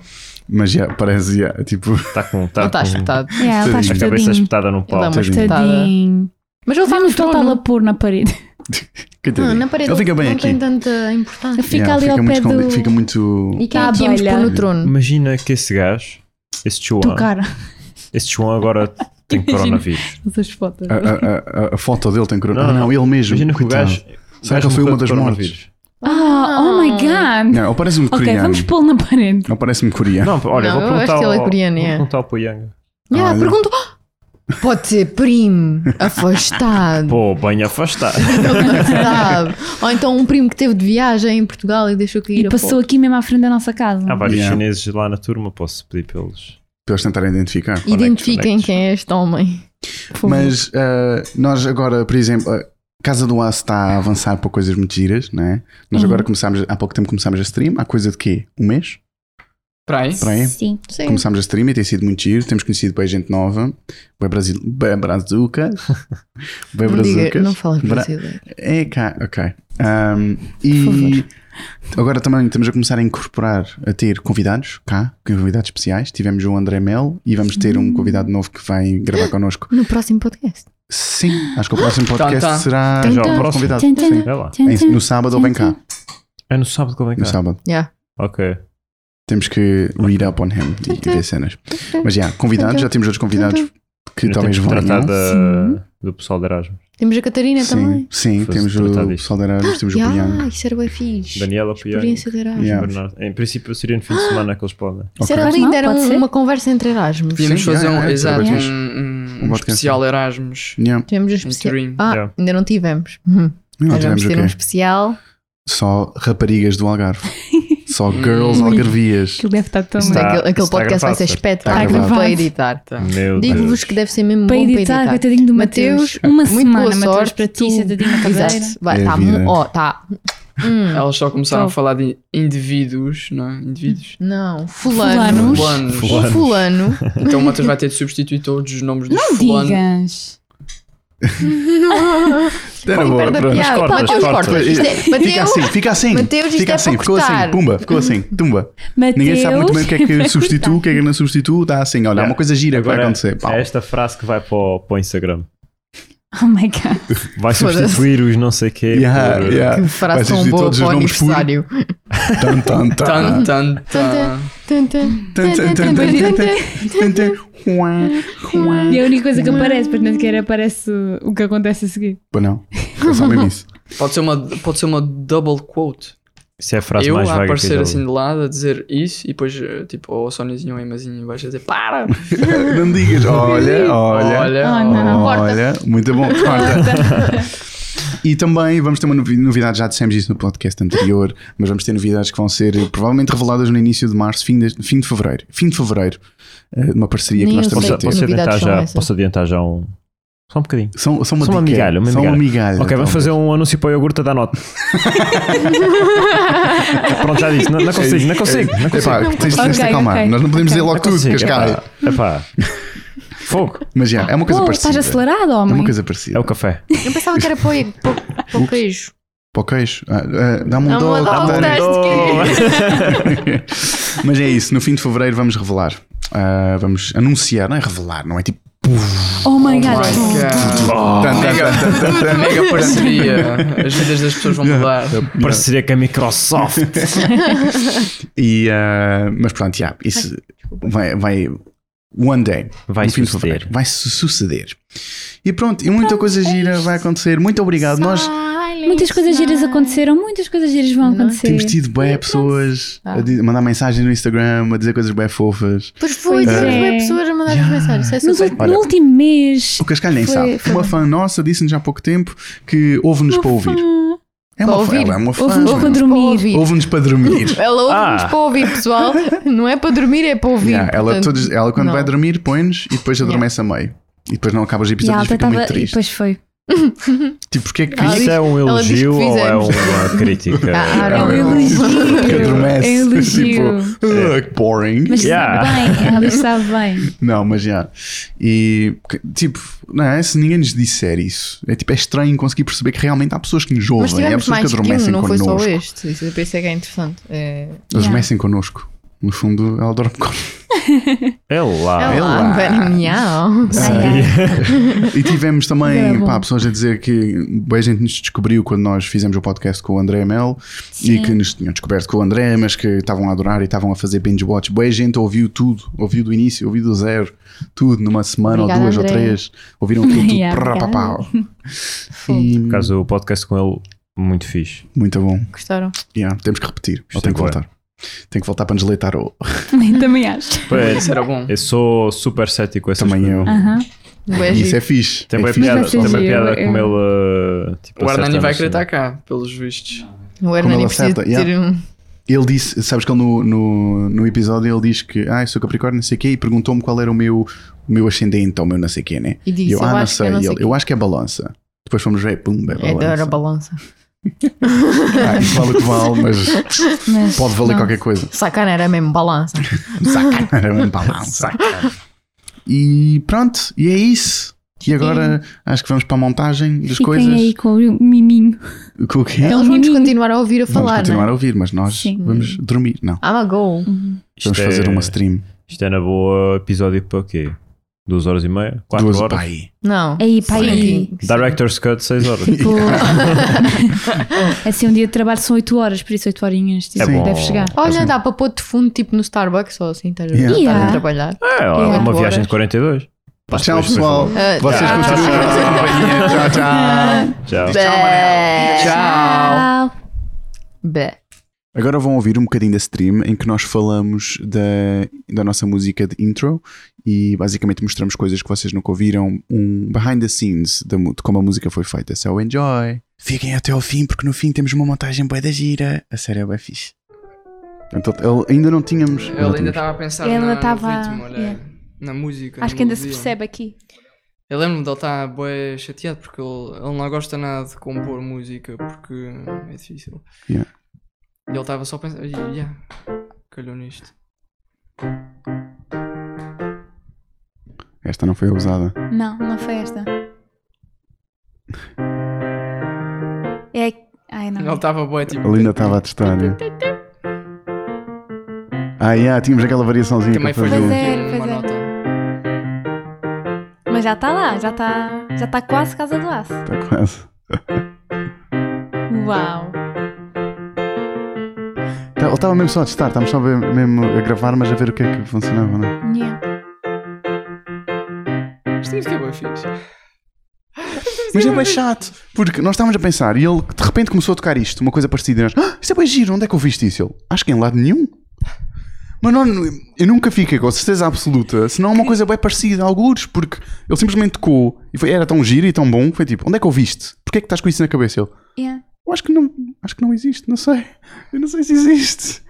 [SPEAKER 2] Mas já parece, já, tipo.
[SPEAKER 3] Está com.
[SPEAKER 4] Não
[SPEAKER 3] Tá
[SPEAKER 4] está
[SPEAKER 3] com
[SPEAKER 4] espetado.
[SPEAKER 1] Yeah,
[SPEAKER 2] Tadinho.
[SPEAKER 1] estás
[SPEAKER 3] a cabeça
[SPEAKER 1] espetadinho.
[SPEAKER 3] espetada num pau.
[SPEAKER 4] Ele dá uma
[SPEAKER 2] Tadinho.
[SPEAKER 4] espetada.
[SPEAKER 1] Tadinho.
[SPEAKER 4] Mas ele
[SPEAKER 1] Vamos
[SPEAKER 4] está
[SPEAKER 1] tratá-la a pôr na parede.
[SPEAKER 2] coitadinho.
[SPEAKER 4] Não, na parede
[SPEAKER 2] ele fica bem
[SPEAKER 4] não
[SPEAKER 2] aqui.
[SPEAKER 4] tem tanta importância.
[SPEAKER 1] Fica
[SPEAKER 2] Yeah,
[SPEAKER 1] ali ao
[SPEAKER 2] muito
[SPEAKER 1] pé
[SPEAKER 2] escondi-
[SPEAKER 1] do...
[SPEAKER 2] Fica muito.
[SPEAKER 4] E quem
[SPEAKER 1] Tá
[SPEAKER 4] é que íamos
[SPEAKER 1] a
[SPEAKER 4] pôr
[SPEAKER 1] bolha.
[SPEAKER 4] no trono?
[SPEAKER 3] Imagina que esse gajo, esse
[SPEAKER 1] do
[SPEAKER 3] Chuan,
[SPEAKER 1] cara.
[SPEAKER 3] esse Chuan agora tem coronavírus.
[SPEAKER 1] Essas fotos.
[SPEAKER 2] A, a- a- a foto dele tem corona.
[SPEAKER 3] Não,
[SPEAKER 2] Não, não, ele mesmo.
[SPEAKER 3] Imagina que o
[SPEAKER 2] coitado.
[SPEAKER 3] gajo. o
[SPEAKER 2] Será que
[SPEAKER 3] gajo
[SPEAKER 2] ele foi uma
[SPEAKER 3] morreu de
[SPEAKER 2] das
[SPEAKER 3] coronavírus.
[SPEAKER 1] Ah, oh my God.
[SPEAKER 2] Não, ele parece-me
[SPEAKER 1] Ok,
[SPEAKER 2] coreano.
[SPEAKER 1] vamos pô-lo na parede.
[SPEAKER 2] Ele parece-me coreano.
[SPEAKER 3] Não, olha,
[SPEAKER 4] Não,
[SPEAKER 3] vou
[SPEAKER 4] eu
[SPEAKER 3] perguntar.
[SPEAKER 4] acho que ele é
[SPEAKER 3] ao-
[SPEAKER 4] coreano,
[SPEAKER 3] vou
[SPEAKER 4] é.
[SPEAKER 3] perguntar ao Poyang.
[SPEAKER 4] Yeah,
[SPEAKER 2] Olha.
[SPEAKER 4] pergunto. Pode ser primo, afastado,
[SPEAKER 3] Pô, bem afastado.
[SPEAKER 4] sabe? Ou então um primo que teve de viagem em Portugal e deixou que ir
[SPEAKER 1] E
[SPEAKER 4] a
[SPEAKER 1] passou aqui mesmo à frente da nossa casa.
[SPEAKER 2] Ah,
[SPEAKER 3] Há vários
[SPEAKER 2] Yeah.
[SPEAKER 3] chineses lá na turma, posso pedir pelos.
[SPEAKER 2] Para eles tentarem identificar.
[SPEAKER 4] pouco. Identifiquem
[SPEAKER 3] Conectos, conectos.
[SPEAKER 4] quem é este homem. por favor.
[SPEAKER 2] Mas ah, nós agora, por exemplo, a Casa do Aço está a avançar para coisas muito giras, não é?
[SPEAKER 4] Uhum.
[SPEAKER 2] Nós agora começámos, há pouco tempo começámos a stream, há coisa de quê? Um mês?
[SPEAKER 5] Para aí.
[SPEAKER 2] Para aí? É
[SPEAKER 1] Sim.
[SPEAKER 4] Sim.
[SPEAKER 2] Começámos a stream e tem sido muito giro, temos conhecido bem gente nova, bem, Brasil, bem brazucas, bem
[SPEAKER 4] não, diga,
[SPEAKER 2] brazucas.
[SPEAKER 4] não falas
[SPEAKER 2] é Bra-
[SPEAKER 4] brasileiro.
[SPEAKER 2] É cá, ok. Um, e agora também estamos a começar a incorporar, a ter convidados cá, convidados especiais. Tivemos o André Mel e vamos ter um convidado novo que vai gravar connosco.
[SPEAKER 4] No próximo podcast.
[SPEAKER 2] Sim, acho que o próximo podcast
[SPEAKER 5] Tá, tá.
[SPEAKER 2] será
[SPEAKER 4] Tá,
[SPEAKER 2] já
[SPEAKER 4] tá.
[SPEAKER 2] o próximo convidado.
[SPEAKER 1] Tchan, tchan,
[SPEAKER 2] Sim.
[SPEAKER 3] É lá.
[SPEAKER 1] tchan,
[SPEAKER 2] Em-
[SPEAKER 1] tchan.
[SPEAKER 2] No sábado ou vem cá?
[SPEAKER 3] É no sábado como é que
[SPEAKER 2] No
[SPEAKER 3] é?
[SPEAKER 2] sábado.
[SPEAKER 4] Yeah.
[SPEAKER 3] Ok.
[SPEAKER 2] Temos que read up on him e, e ver cenas. Mas já, convidados, já temos outros convidados que
[SPEAKER 3] Ainda
[SPEAKER 2] talvez
[SPEAKER 3] temos
[SPEAKER 2] vão
[SPEAKER 3] que
[SPEAKER 2] ou
[SPEAKER 3] tratar
[SPEAKER 2] não.
[SPEAKER 3] da- do pessoal de Erasmus.
[SPEAKER 4] Temos a Catarina também.
[SPEAKER 2] Sim, sim
[SPEAKER 3] Fosse
[SPEAKER 2] temos
[SPEAKER 3] tratar
[SPEAKER 2] o
[SPEAKER 3] disto.
[SPEAKER 2] pessoal da Erasmus, temos o
[SPEAKER 4] Yeah,
[SPEAKER 2] Brian.
[SPEAKER 4] isso era bem fixe.
[SPEAKER 3] Daniela Pian.
[SPEAKER 4] Experiência de Erasmus.
[SPEAKER 2] Yeah.
[SPEAKER 3] Em princípio seria no fim de semana que eles podem.
[SPEAKER 4] Isso era
[SPEAKER 2] Ok.
[SPEAKER 4] lindo,
[SPEAKER 1] Não,
[SPEAKER 4] era
[SPEAKER 1] pode
[SPEAKER 4] um-
[SPEAKER 1] ser.
[SPEAKER 4] uma conversa entre Erasmus.
[SPEAKER 5] Podíamos
[SPEAKER 2] Sim,
[SPEAKER 5] fazer
[SPEAKER 2] yeah,
[SPEAKER 5] um,
[SPEAKER 2] yeah,
[SPEAKER 5] exato,
[SPEAKER 2] yeah.
[SPEAKER 5] um, um, um
[SPEAKER 2] Um podcast.
[SPEAKER 5] especial Erasmus.
[SPEAKER 2] Yeah.
[SPEAKER 4] Tivemos um
[SPEAKER 5] Um
[SPEAKER 4] especial.
[SPEAKER 5] stream.
[SPEAKER 4] Ah,
[SPEAKER 3] Yeah.
[SPEAKER 4] ainda não tivemos.
[SPEAKER 2] Não
[SPEAKER 4] Mas vamos
[SPEAKER 2] tivemos o
[SPEAKER 4] ter um
[SPEAKER 2] quê?
[SPEAKER 4] especial.
[SPEAKER 2] Só raparigas do Algarve. Só girls
[SPEAKER 1] Ui.
[SPEAKER 2] algarvias.
[SPEAKER 1] Aquilo deve estar tão
[SPEAKER 3] Está-
[SPEAKER 1] bem.
[SPEAKER 4] é aquele aquele
[SPEAKER 3] está
[SPEAKER 4] podcast vai
[SPEAKER 3] gravado,
[SPEAKER 4] ser
[SPEAKER 3] está
[SPEAKER 4] espetáculo
[SPEAKER 2] gravado.
[SPEAKER 4] para editar.
[SPEAKER 5] Tá.
[SPEAKER 3] Meu
[SPEAKER 4] Ah. Digo-vos
[SPEAKER 3] Deus.
[SPEAKER 4] que deve ser mesmo
[SPEAKER 1] Para
[SPEAKER 4] bom
[SPEAKER 1] editar,
[SPEAKER 4] para editar.
[SPEAKER 1] coitadinho do Mateus.
[SPEAKER 4] Mateus,
[SPEAKER 1] Uma
[SPEAKER 4] Muito
[SPEAKER 1] semana,
[SPEAKER 4] boa
[SPEAKER 1] Mateus,
[SPEAKER 4] sorte.
[SPEAKER 1] para ti,
[SPEAKER 4] tu-
[SPEAKER 1] sentadinho na cadeira.
[SPEAKER 4] Exato. Vai,
[SPEAKER 2] É
[SPEAKER 4] tá,
[SPEAKER 2] vida.
[SPEAKER 4] ó, tá. Hum,
[SPEAKER 5] Elas só começaram a
[SPEAKER 1] Então.
[SPEAKER 5] falar de indivíduos, não é? Indivíduos.
[SPEAKER 4] não,
[SPEAKER 1] Fulanos.
[SPEAKER 4] fulano.
[SPEAKER 5] Fulanos.
[SPEAKER 3] Fulano.
[SPEAKER 4] Um fulano.
[SPEAKER 5] Então o Matheus vai ter de substituir todos os nomes dos
[SPEAKER 1] Não
[SPEAKER 5] fulano.
[SPEAKER 1] digas.
[SPEAKER 2] Era
[SPEAKER 4] Sim,
[SPEAKER 2] boa,
[SPEAKER 4] perde a
[SPEAKER 2] pronto.
[SPEAKER 4] piada.
[SPEAKER 3] cortas,
[SPEAKER 4] Mateus,
[SPEAKER 3] cortas.
[SPEAKER 4] cortas. Isto é-
[SPEAKER 2] Fica
[SPEAKER 4] Mateus,
[SPEAKER 2] assim, fica assim.
[SPEAKER 4] Mateus, isto
[SPEAKER 2] fica
[SPEAKER 4] é
[SPEAKER 2] assim,
[SPEAKER 4] para
[SPEAKER 2] ficou assim,
[SPEAKER 4] cortar.
[SPEAKER 2] pumba, ficou assim, tumba.
[SPEAKER 1] Mateus.
[SPEAKER 2] Ninguém sabe muito bem o que é que substitui, o que é que não substitui, está assim, olha, há uma coisa gira que vai
[SPEAKER 3] Agora,
[SPEAKER 2] acontecer. Pau.
[SPEAKER 3] É esta frase que vai para o, para o Instagram.
[SPEAKER 1] Oh my god.
[SPEAKER 3] Vai
[SPEAKER 4] Foda-se.
[SPEAKER 3] substituir os não sei quê.
[SPEAKER 2] Yeah,
[SPEAKER 3] por-
[SPEAKER 2] yeah.
[SPEAKER 4] Que
[SPEAKER 2] Vai
[SPEAKER 4] frase tão
[SPEAKER 2] substituir
[SPEAKER 4] boa
[SPEAKER 2] Ah, todos
[SPEAKER 4] para o
[SPEAKER 2] os nomes por-
[SPEAKER 4] aniversário.
[SPEAKER 2] Tan, tan,
[SPEAKER 5] Tan,
[SPEAKER 2] tan.
[SPEAKER 5] tan, tan.
[SPEAKER 4] Tum, tum.
[SPEAKER 2] Tan, tan, tan, tan, tan, tan, tan, tan. Uá, uá.
[SPEAKER 1] E a única coisa que aparece, porque nem sequer aparece o que acontece a seguir.
[SPEAKER 2] Pô, Não, é só mesmo isso.
[SPEAKER 5] Pode ser, uma, pode ser uma double quote.
[SPEAKER 3] Isso é a frase
[SPEAKER 5] eu
[SPEAKER 3] mais
[SPEAKER 5] a
[SPEAKER 3] vaga que eu
[SPEAKER 5] aparecer
[SPEAKER 3] já
[SPEAKER 5] assim
[SPEAKER 3] ouvi.
[SPEAKER 5] de lado a dizer isso e depois, eh, tipo, ou a Sonizinho ou a Emazinho em baixo a dizer para! oh
[SPEAKER 2] Não digas, olha, olha.
[SPEAKER 1] Ah, não.
[SPEAKER 4] Corta.
[SPEAKER 2] Olha, muito bom. Corta. E também vamos ter uma novi- novidade, já dissemos isso no podcast anterior, mas vamos ter novidades que vão ser provavelmente reveladas no início de março, fim de, fim de fevereiro. Fim de fevereiro, eh, uma parceria que
[SPEAKER 4] Nem
[SPEAKER 2] nós
[SPEAKER 4] eu
[SPEAKER 2] estamos
[SPEAKER 4] sei
[SPEAKER 2] a
[SPEAKER 3] Posso,
[SPEAKER 2] ter.
[SPEAKER 3] posso,
[SPEAKER 4] que novidades
[SPEAKER 3] adiantar
[SPEAKER 4] são
[SPEAKER 3] já,
[SPEAKER 4] essas?
[SPEAKER 3] posso adiantar já um. Só um bocadinho.
[SPEAKER 2] São, são uma,
[SPEAKER 3] Só uma
[SPEAKER 2] dica,
[SPEAKER 3] migalha, uma
[SPEAKER 2] são uma migalha. então.
[SPEAKER 3] ok, vamos
[SPEAKER 2] É, talvez.
[SPEAKER 3] fazer um anúncio para o iogurte da nota. Pronto, já disse. Não,
[SPEAKER 2] É
[SPEAKER 3] não consigo, não consigo. Não consigo.
[SPEAKER 2] Epá, tens, tens de
[SPEAKER 1] Ok,
[SPEAKER 2] acalmar.
[SPEAKER 1] ok.
[SPEAKER 2] Nós não podemos dizer logo
[SPEAKER 3] não
[SPEAKER 2] tudo,
[SPEAKER 3] consigo.
[SPEAKER 2] Cascai.
[SPEAKER 3] Epá, epá. Fogo.
[SPEAKER 2] Mas já, é uma coisa
[SPEAKER 1] Uou,
[SPEAKER 2] parecida.
[SPEAKER 1] Oh, estás acelerado,
[SPEAKER 2] É
[SPEAKER 1] homem.
[SPEAKER 2] uma coisa parecida.
[SPEAKER 3] É o café.
[SPEAKER 4] Eu pensava que era para o- para o- para o queijo.
[SPEAKER 2] Para o queijo. Ah, ah, Dá-me um
[SPEAKER 4] Dá-me
[SPEAKER 2] dó,
[SPEAKER 4] uma dó,
[SPEAKER 2] dá-me um
[SPEAKER 4] dá-me
[SPEAKER 2] Mas é isso, no fim de fevereiro vamos revelar. Ah, vamos anunciar, não é revelar, não é tipo.
[SPEAKER 1] Oh my
[SPEAKER 5] Oh my
[SPEAKER 1] god.
[SPEAKER 5] god!
[SPEAKER 3] Tá,
[SPEAKER 2] Tan, tan, tan, tan, tan, tan.
[SPEAKER 5] Mega parceria! As vidas das pessoas vão mudar.
[SPEAKER 2] Oh,
[SPEAKER 3] Parceria com a Microsoft.
[SPEAKER 2] E, ah, mas pronto, já, isso vai, vai. One day.
[SPEAKER 3] Vai
[SPEAKER 2] no fim de
[SPEAKER 3] suceder.
[SPEAKER 2] fevereiro, Vai su- suceder. E pronto, e muita
[SPEAKER 1] é
[SPEAKER 2] coisa gira vai acontecer. Muito obrigado. Nós
[SPEAKER 1] Muitas coisas giras aconteceram, muitas coisas giras vão
[SPEAKER 4] Não.
[SPEAKER 1] acontecer.
[SPEAKER 2] temos tido bem pessoas a di- mandar mensagem no Instagram, a dizer coisas bem fofas.
[SPEAKER 4] Pois foi,
[SPEAKER 1] Pois
[SPEAKER 4] tivemos
[SPEAKER 1] é.
[SPEAKER 4] bem pessoas a mandar
[SPEAKER 2] Yeah.
[SPEAKER 4] mensagens. Isso é
[SPEAKER 1] Nos
[SPEAKER 4] super.
[SPEAKER 1] ult- no último mês.
[SPEAKER 2] O Cascalho nem
[SPEAKER 1] Foi-
[SPEAKER 2] sabe.
[SPEAKER 1] foi
[SPEAKER 2] Uma
[SPEAKER 1] bem.
[SPEAKER 2] fã nossa disse-nos há pouco tempo que ouve-nos para ouvir. É uma
[SPEAKER 4] Para
[SPEAKER 2] fã,
[SPEAKER 4] ouvir?
[SPEAKER 2] ela é uma fã.
[SPEAKER 1] Ouve-nos
[SPEAKER 2] mano.
[SPEAKER 1] para dormir.
[SPEAKER 4] ouvir.
[SPEAKER 2] Ouve-nos para dormir.
[SPEAKER 4] Ela ouve-nos
[SPEAKER 3] Ah.
[SPEAKER 4] para ouvir, pessoal. Não é para dormir, é para ouvir.
[SPEAKER 2] Yeah, ela,
[SPEAKER 4] portanto, Ah,
[SPEAKER 2] todos- ela quando
[SPEAKER 4] não.
[SPEAKER 2] vai dormir põe-nos e depois adormece a meio. E depois não acaba os
[SPEAKER 1] E a
[SPEAKER 2] episódios e
[SPEAKER 1] alta
[SPEAKER 2] fica
[SPEAKER 1] estava.
[SPEAKER 2] muito
[SPEAKER 1] E
[SPEAKER 2] triste.
[SPEAKER 1] depois foi.
[SPEAKER 2] Tipo, porque é que
[SPEAKER 4] Ah,
[SPEAKER 2] isto-
[SPEAKER 3] Isto é um
[SPEAKER 4] Ela diz que
[SPEAKER 3] elogio ou é
[SPEAKER 4] fizemos.
[SPEAKER 3] uma crítica?
[SPEAKER 4] Ah, ah,
[SPEAKER 1] É um
[SPEAKER 4] não.
[SPEAKER 2] porque
[SPEAKER 1] elogio.
[SPEAKER 2] adormece?
[SPEAKER 1] É um elogio.
[SPEAKER 2] tipo,
[SPEAKER 4] É.
[SPEAKER 2] "Ah, que boring.
[SPEAKER 1] Mas
[SPEAKER 3] Yeah.
[SPEAKER 1] sabe bem, ela estava bem.
[SPEAKER 2] Não, mas já. E que- tipo, não é? Se ninguém nos disser isso, é tipo, é estranho conseguir perceber que realmente há pessoas que nos
[SPEAKER 4] Mas
[SPEAKER 2] ouvem, e há
[SPEAKER 4] tivemos
[SPEAKER 2] pessoas que
[SPEAKER 4] mais que
[SPEAKER 2] adormecem
[SPEAKER 4] um, não foi
[SPEAKER 2] connosco.
[SPEAKER 4] só este. Isso eu pensei que é interessante. É...
[SPEAKER 2] Eles adormecem connosco. No fundo, ela dorme connosco.
[SPEAKER 3] É lá.
[SPEAKER 2] Ah, Ela. é
[SPEAKER 4] Ela, um Verinhão.
[SPEAKER 1] Ai, ai.
[SPEAKER 2] E tivemos
[SPEAKER 1] Era
[SPEAKER 2] também
[SPEAKER 1] bom.
[SPEAKER 2] pá, pessoas a dizer que bem, a gente nos descobriu quando nós fizemos o podcast com o André Mel e
[SPEAKER 1] Sim.
[SPEAKER 2] que nos tinham descoberto com o André, mas que estavam a adorar e estavam a fazer binge watch. Boa gente ouviu tudo, ouviu do início, ouviu do zero, tudo numa semana
[SPEAKER 4] Obrigada,
[SPEAKER 2] ou duas ou
[SPEAKER 4] André.
[SPEAKER 2] três, ouviram aquilo tudo.
[SPEAKER 1] Yeah,
[SPEAKER 2] prá, pá, pá.
[SPEAKER 4] Fogo.
[SPEAKER 2] E,
[SPEAKER 3] Por acaso, o podcast com ele, muito fixe.
[SPEAKER 2] muito bom.
[SPEAKER 4] Gostaram?
[SPEAKER 2] Yeah, temos que repetir, ou
[SPEAKER 3] Isto
[SPEAKER 2] tem que
[SPEAKER 3] é bué.
[SPEAKER 2] voltar. Tem que voltar para nos leitar. o
[SPEAKER 1] Também acho.
[SPEAKER 3] Pois,
[SPEAKER 5] Isso era bom.
[SPEAKER 3] É, eu sou super cético com essas
[SPEAKER 2] Também
[SPEAKER 3] coisas.
[SPEAKER 2] eu.
[SPEAKER 1] Aham.
[SPEAKER 4] Bué
[SPEAKER 2] Isso
[SPEAKER 4] giro.
[SPEAKER 2] é fixe.
[SPEAKER 3] Tem bem
[SPEAKER 2] fixe.
[SPEAKER 3] piada,
[SPEAKER 1] Mas deve
[SPEAKER 3] tem
[SPEAKER 1] ser
[SPEAKER 3] bem
[SPEAKER 1] giro,
[SPEAKER 3] piada
[SPEAKER 1] eu-
[SPEAKER 3] como ele. uh, Tipo,
[SPEAKER 5] O Hernani
[SPEAKER 3] acerta
[SPEAKER 5] vai
[SPEAKER 3] na
[SPEAKER 5] querer estar
[SPEAKER 3] cena.
[SPEAKER 5] cá, pelos vistos.
[SPEAKER 4] O
[SPEAKER 2] é Como
[SPEAKER 4] Hernani
[SPEAKER 2] ela
[SPEAKER 4] precisa
[SPEAKER 2] acerta,
[SPEAKER 4] de ter um.
[SPEAKER 2] Ele disse, sabes que ele no, no, no episódio ele diz que ah, eu sou Capricórnio, não sei o quê, e perguntou-me qual era o meu, o meu ascendente ou o meu não sei o quê, né?
[SPEAKER 4] E
[SPEAKER 2] E
[SPEAKER 4] disse:
[SPEAKER 2] eu, ah, não
[SPEAKER 4] acho que
[SPEAKER 2] sei,
[SPEAKER 4] é não
[SPEAKER 2] E
[SPEAKER 4] sei.
[SPEAKER 2] ele, eu acho que é balança. Depois fomos ver, pum, é
[SPEAKER 4] É,
[SPEAKER 2] balança.
[SPEAKER 4] era balança.
[SPEAKER 2] Ah, isso vale o que vale, mas
[SPEAKER 1] Mas
[SPEAKER 2] pode valer
[SPEAKER 1] não.
[SPEAKER 2] qualquer coisa.
[SPEAKER 4] Sacana era mesmo balança.
[SPEAKER 2] Saca, era mesmo balança. E pronto, e é isso. E agora acho que vamos para a montagem das
[SPEAKER 1] Fiquem
[SPEAKER 2] coisas.
[SPEAKER 1] aí com o miminho.
[SPEAKER 2] Com o quê?
[SPEAKER 1] É um
[SPEAKER 4] Eles vão nos
[SPEAKER 1] miminho.
[SPEAKER 4] continuar a ouvir a
[SPEAKER 2] Vamos
[SPEAKER 4] falar,
[SPEAKER 2] continuar
[SPEAKER 4] né?
[SPEAKER 2] a ouvir, mas nós
[SPEAKER 1] Sim.
[SPEAKER 2] vamos dormir. Não,
[SPEAKER 4] I'm a go.
[SPEAKER 3] Isto
[SPEAKER 2] vamos fazer
[SPEAKER 3] é-
[SPEAKER 2] uma stream.
[SPEAKER 3] Isto é na boa episódio para o quê? Duas horas e meia? Quatro
[SPEAKER 2] Duas-
[SPEAKER 3] horas?
[SPEAKER 2] Ai.
[SPEAKER 4] Não.
[SPEAKER 1] Aí, pá, aí,
[SPEAKER 4] Sim.
[SPEAKER 3] Director's Cut, seis horas.
[SPEAKER 1] tipo, assim, um dia de trabalho são 8 horas, por isso 8 horinhas, tipo,
[SPEAKER 3] É bom.
[SPEAKER 1] deve chegar.
[SPEAKER 4] Olha,
[SPEAKER 2] Assim.
[SPEAKER 4] dá para pôr de fundo tipo no Starbucks ou assim, estás a ver?
[SPEAKER 2] Yeah.
[SPEAKER 4] Estás
[SPEAKER 1] Yeah.
[SPEAKER 4] a trabalhar.
[SPEAKER 3] É,
[SPEAKER 1] Yeah.
[SPEAKER 3] uma viagem
[SPEAKER 4] Horas.
[SPEAKER 3] de 42. Pá,
[SPEAKER 2] Tchau,
[SPEAKER 3] depois também
[SPEAKER 2] pessoal.
[SPEAKER 3] falamos.
[SPEAKER 4] Ah,
[SPEAKER 2] Vocês
[SPEAKER 4] tchau.
[SPEAKER 2] continuam a fazer companhia. Tchau, tchau.
[SPEAKER 3] Tchau.
[SPEAKER 2] Diz tchau, Manel.
[SPEAKER 1] Tchau.
[SPEAKER 4] Bé.
[SPEAKER 2] Agora vão ouvir um bocadinho da stream em que nós falamos da, da nossa música de intro e basicamente mostramos coisas que vocês nunca ouviram, um behind the scenes da, mu- de como a música foi feita. So enjoy! Fiquem até ao fim, porque no fim temos uma montagem bué da gira. A série é bué fixe. Então, ele- ainda não tínhamos. já
[SPEAKER 5] Ela ainda
[SPEAKER 2] tínhamos.
[SPEAKER 5] estava a pensar
[SPEAKER 1] Ela
[SPEAKER 5] na, no
[SPEAKER 1] tava-
[SPEAKER 5] ritmo, olha,
[SPEAKER 1] yeah.
[SPEAKER 5] na música.
[SPEAKER 1] Acho
[SPEAKER 5] na
[SPEAKER 1] que ainda se
[SPEAKER 5] melodia.
[SPEAKER 1] percebe aqui.
[SPEAKER 5] Eu lembro-me dele estar bué chateado porque ele, ele não gosta nada de compor música porque é difícil.
[SPEAKER 2] Yeah.
[SPEAKER 5] E ele estava só a pensar, yeah, calhou nisto. tá-
[SPEAKER 2] Esta não foi usada.
[SPEAKER 1] Não, não foi esta. É. Ai, não.
[SPEAKER 5] Ele estava bué tipo.
[SPEAKER 2] Ele ainda estava a testar. né? Ah, yeah, tínhamos aquela variaçãozinha
[SPEAKER 5] Também
[SPEAKER 2] que eu
[SPEAKER 5] foi
[SPEAKER 1] Pois
[SPEAKER 2] fazia.
[SPEAKER 1] é,
[SPEAKER 5] uma
[SPEAKER 1] pois é.
[SPEAKER 5] nota.
[SPEAKER 1] Mas já está lá, já está já tá quase Casa do Aço.
[SPEAKER 5] é.
[SPEAKER 2] Está Tá quase.
[SPEAKER 1] Uau!
[SPEAKER 2] Tá, Ele estava mesmo só a testar, estávamos só a ver- mesmo a gravar, mas a ver o que é que funcionava, não é?
[SPEAKER 1] Yeah.
[SPEAKER 5] Esta música é bué fixe.
[SPEAKER 2] Mas é bem chato, porque nós estávamos a pensar e ele de repente começou a tocar isto, uma coisa parecida. E nós, ah, isto é bem giro, onde é que eu viste isso? Ele, acho que em lado nenhum. Mas não, eu nunca fiquei com certeza absoluta, senão é uma coisa bem parecida a alguns, porque ele simplesmente tocou e foi, era tão giro e tão bom que foi tipo, onde é que eu viste? Porquê é que estás com isso na cabeça? Ele,
[SPEAKER 1] Yeah.
[SPEAKER 2] eu acho que não, acho que não existe, não sei. Eu não sei se existe.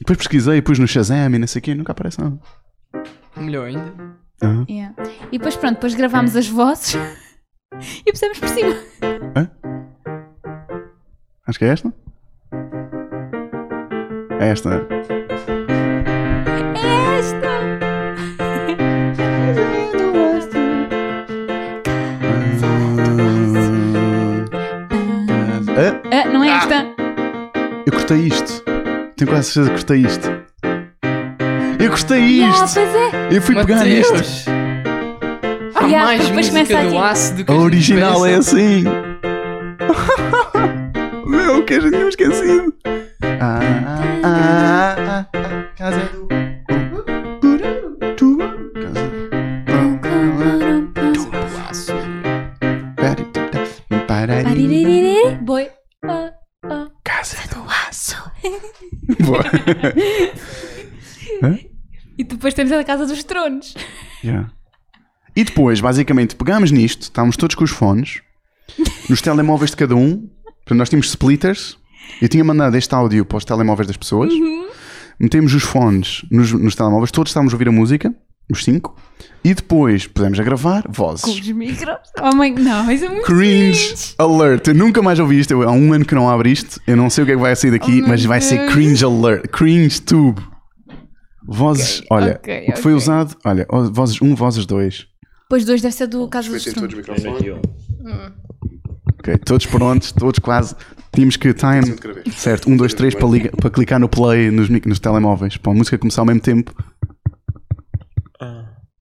[SPEAKER 2] Depois pesquisei, pus no Shazam e não sei o quê, nunca aparece nada.
[SPEAKER 5] Melhor ainda.
[SPEAKER 2] Ah,
[SPEAKER 1] Yeah. E depois pronto, depois gravámos as vozes e pusemos por cima.
[SPEAKER 2] acho que é esta. É esta.
[SPEAKER 1] É esta!
[SPEAKER 2] Ah.
[SPEAKER 1] Ah, não é esta?
[SPEAKER 2] Eu cortei isto. Tenho quase certeza que cortei isto. Eu cortei
[SPEAKER 1] Yeah,
[SPEAKER 2] isto.
[SPEAKER 1] pois é!
[SPEAKER 2] Eu fui pegar
[SPEAKER 5] Mateus!
[SPEAKER 2] nisto.
[SPEAKER 5] Há
[SPEAKER 1] Yeah,
[SPEAKER 5] mais
[SPEAKER 1] depois
[SPEAKER 5] música
[SPEAKER 1] começa
[SPEAKER 5] do
[SPEAKER 1] assim.
[SPEAKER 5] aço do que
[SPEAKER 2] A
[SPEAKER 5] gente
[SPEAKER 2] original é
[SPEAKER 5] pensa.
[SPEAKER 2] assim. Meu, que a gente tinha esquecido. Ah, ah, ah, ah, ah, casa do. Tu. Casa do. Pari- parari-
[SPEAKER 1] Paririririr, Boi. Ah,
[SPEAKER 2] Casa do aço. Boa.
[SPEAKER 1] E depois temos a da Casa dos Tronos.
[SPEAKER 2] Yeah. E depois, basicamente, pegámos nisto, estávamos todos com os fones, nos telemóveis de cada um, portanto, nós tínhamos splitters, eu tinha mandado este áudio para os telemóveis das pessoas,
[SPEAKER 1] Uhum.
[SPEAKER 2] metemos os fones nos, nos telemóveis, todos estávamos a ouvir a música, os cinco, e depois pusemos a gravar
[SPEAKER 1] Com
[SPEAKER 2] vozes.
[SPEAKER 1] os micros. Oh mãe, não, isso é muito
[SPEAKER 2] Cringe alert! Eu nunca mais ouvi isto, eu, há um ano que não abro isto, eu não sei o que é que vai sair daqui,
[SPEAKER 1] Oh, meu
[SPEAKER 2] mas vai ser
[SPEAKER 1] Deus.
[SPEAKER 2] cringe alert, cringe tube. Vozes, olha,
[SPEAKER 1] ok,
[SPEAKER 2] o que foi
[SPEAKER 1] ok.
[SPEAKER 2] usado, olha, vozes 1, um, vozes 2.
[SPEAKER 1] Pois dois deve ser do Casa dos Tronos.
[SPEAKER 2] Ok, todos prontos, todos quase. Tínhamos que time. Certo, 1, 2, 3 para, liga- para clicar no play nos, mic- nos telemóveis. Para a música começar ao mesmo tempo.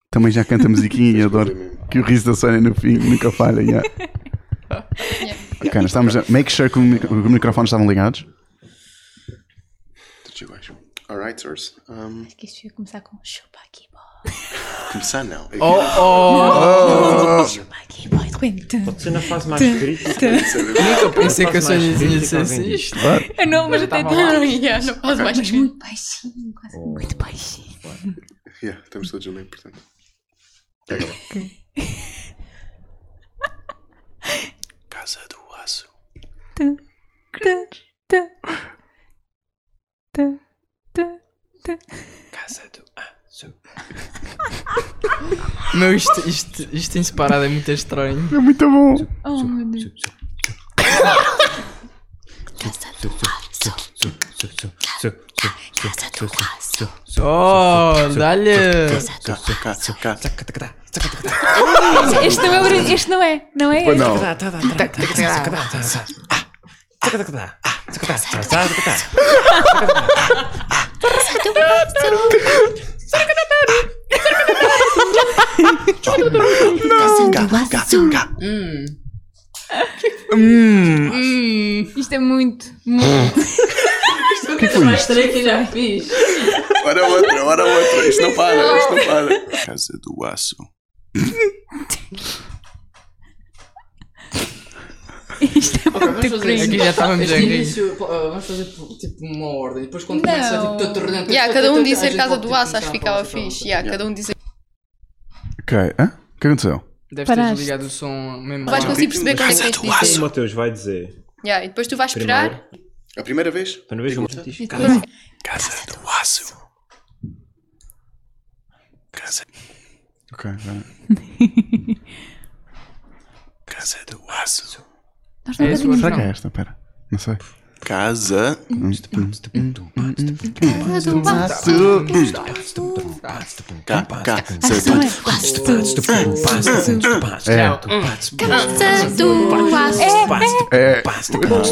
[SPEAKER 2] Também já canta a musiquinha e adoro que o riso da Sónia no fim nunca falha. yeah. Ok, nós estamos a make sure que o mic- os microfones estavam ligados.
[SPEAKER 6] Todos iguais. Alright, sirs. Um,
[SPEAKER 1] Que isto ia começar com chupa aqui, boy.
[SPEAKER 6] começar não. É
[SPEAKER 5] Oh, oh!
[SPEAKER 1] Chupa aqui, boy. de repente.
[SPEAKER 3] Pode ser na fase mais crítica.
[SPEAKER 5] Nunca pensei que a Soniazinha dissesse assim, isto.
[SPEAKER 1] Eu não, mas até
[SPEAKER 4] não faz mais
[SPEAKER 1] Mas muito baixinho, quase muito baixinho.
[SPEAKER 6] que- Yeah, estamos todos no meio, portanto. Casa do Aço.
[SPEAKER 5] Meu, isto, isto, isto em separado é muito estranho.
[SPEAKER 2] É muito bom.
[SPEAKER 1] Oh, meu Deus.
[SPEAKER 5] Oh, dá-lhe!
[SPEAKER 6] Casa, casa.
[SPEAKER 1] Este não é, o ori- este não é, não é?
[SPEAKER 2] Pois Oh, não. Hum,
[SPEAKER 4] Hum,
[SPEAKER 1] Isto é muito, muito.
[SPEAKER 2] o que é que foi isto?
[SPEAKER 7] Estranho que eu já fiz.
[SPEAKER 6] Ora outra, ora outra. Isto não para, isto não para. Casa do Aço.
[SPEAKER 1] Isto é muito
[SPEAKER 7] Vamos fazer
[SPEAKER 1] cringe.
[SPEAKER 5] Aqui já estávamos
[SPEAKER 7] Este
[SPEAKER 5] a rir.
[SPEAKER 7] início, pô, ah, vamos fazer tipo uma ordem. Depois quando
[SPEAKER 4] Não.
[SPEAKER 7] começa, tipo, tu- tu- tu- tu-
[SPEAKER 4] yeah,
[SPEAKER 7] tu-
[SPEAKER 4] cada
[SPEAKER 7] tu-
[SPEAKER 4] um
[SPEAKER 7] tu-
[SPEAKER 4] dizer
[SPEAKER 7] tu-
[SPEAKER 4] casa
[SPEAKER 7] tu-
[SPEAKER 4] do
[SPEAKER 7] tu-
[SPEAKER 4] aço, acho
[SPEAKER 7] tu-
[SPEAKER 4] que
[SPEAKER 7] tu-
[SPEAKER 4] ficava
[SPEAKER 7] tu- tu- tu-
[SPEAKER 4] fixe.
[SPEAKER 7] tu-
[SPEAKER 4] Yeah, cada um dizer.
[SPEAKER 2] Ok, hã? O que aconteceu?
[SPEAKER 5] Deves ter
[SPEAKER 1] Paraste.
[SPEAKER 5] desligado o som mesmo.
[SPEAKER 4] Vais
[SPEAKER 5] alto.
[SPEAKER 4] conseguir perceber quando é que tens de
[SPEAKER 6] Casa do
[SPEAKER 3] O
[SPEAKER 4] dizer.
[SPEAKER 6] aço.
[SPEAKER 3] Mateus vai dizer.
[SPEAKER 4] Yeah, e depois tu vais
[SPEAKER 3] Primeiro.
[SPEAKER 4] esperar.
[SPEAKER 6] A primeira vez?
[SPEAKER 3] Primeira vez que eu
[SPEAKER 6] Digo-te.
[SPEAKER 3] me-
[SPEAKER 6] Casa do Aço. Casa,
[SPEAKER 2] Ok, vai.
[SPEAKER 6] casa do Aço.
[SPEAKER 1] Nós
[SPEAKER 5] É
[SPEAKER 1] nunca
[SPEAKER 5] isso,
[SPEAKER 1] tínhamos
[SPEAKER 2] Será que
[SPEAKER 5] não.
[SPEAKER 2] é esta? Pera. Não sei.
[SPEAKER 6] Casa.
[SPEAKER 5] Tipo,
[SPEAKER 1] casa do aço.
[SPEAKER 6] Ca- Casa
[SPEAKER 1] Não é?
[SPEAKER 6] do
[SPEAKER 1] Gosto.
[SPEAKER 2] É.
[SPEAKER 4] Casa do
[SPEAKER 2] É.
[SPEAKER 4] aço.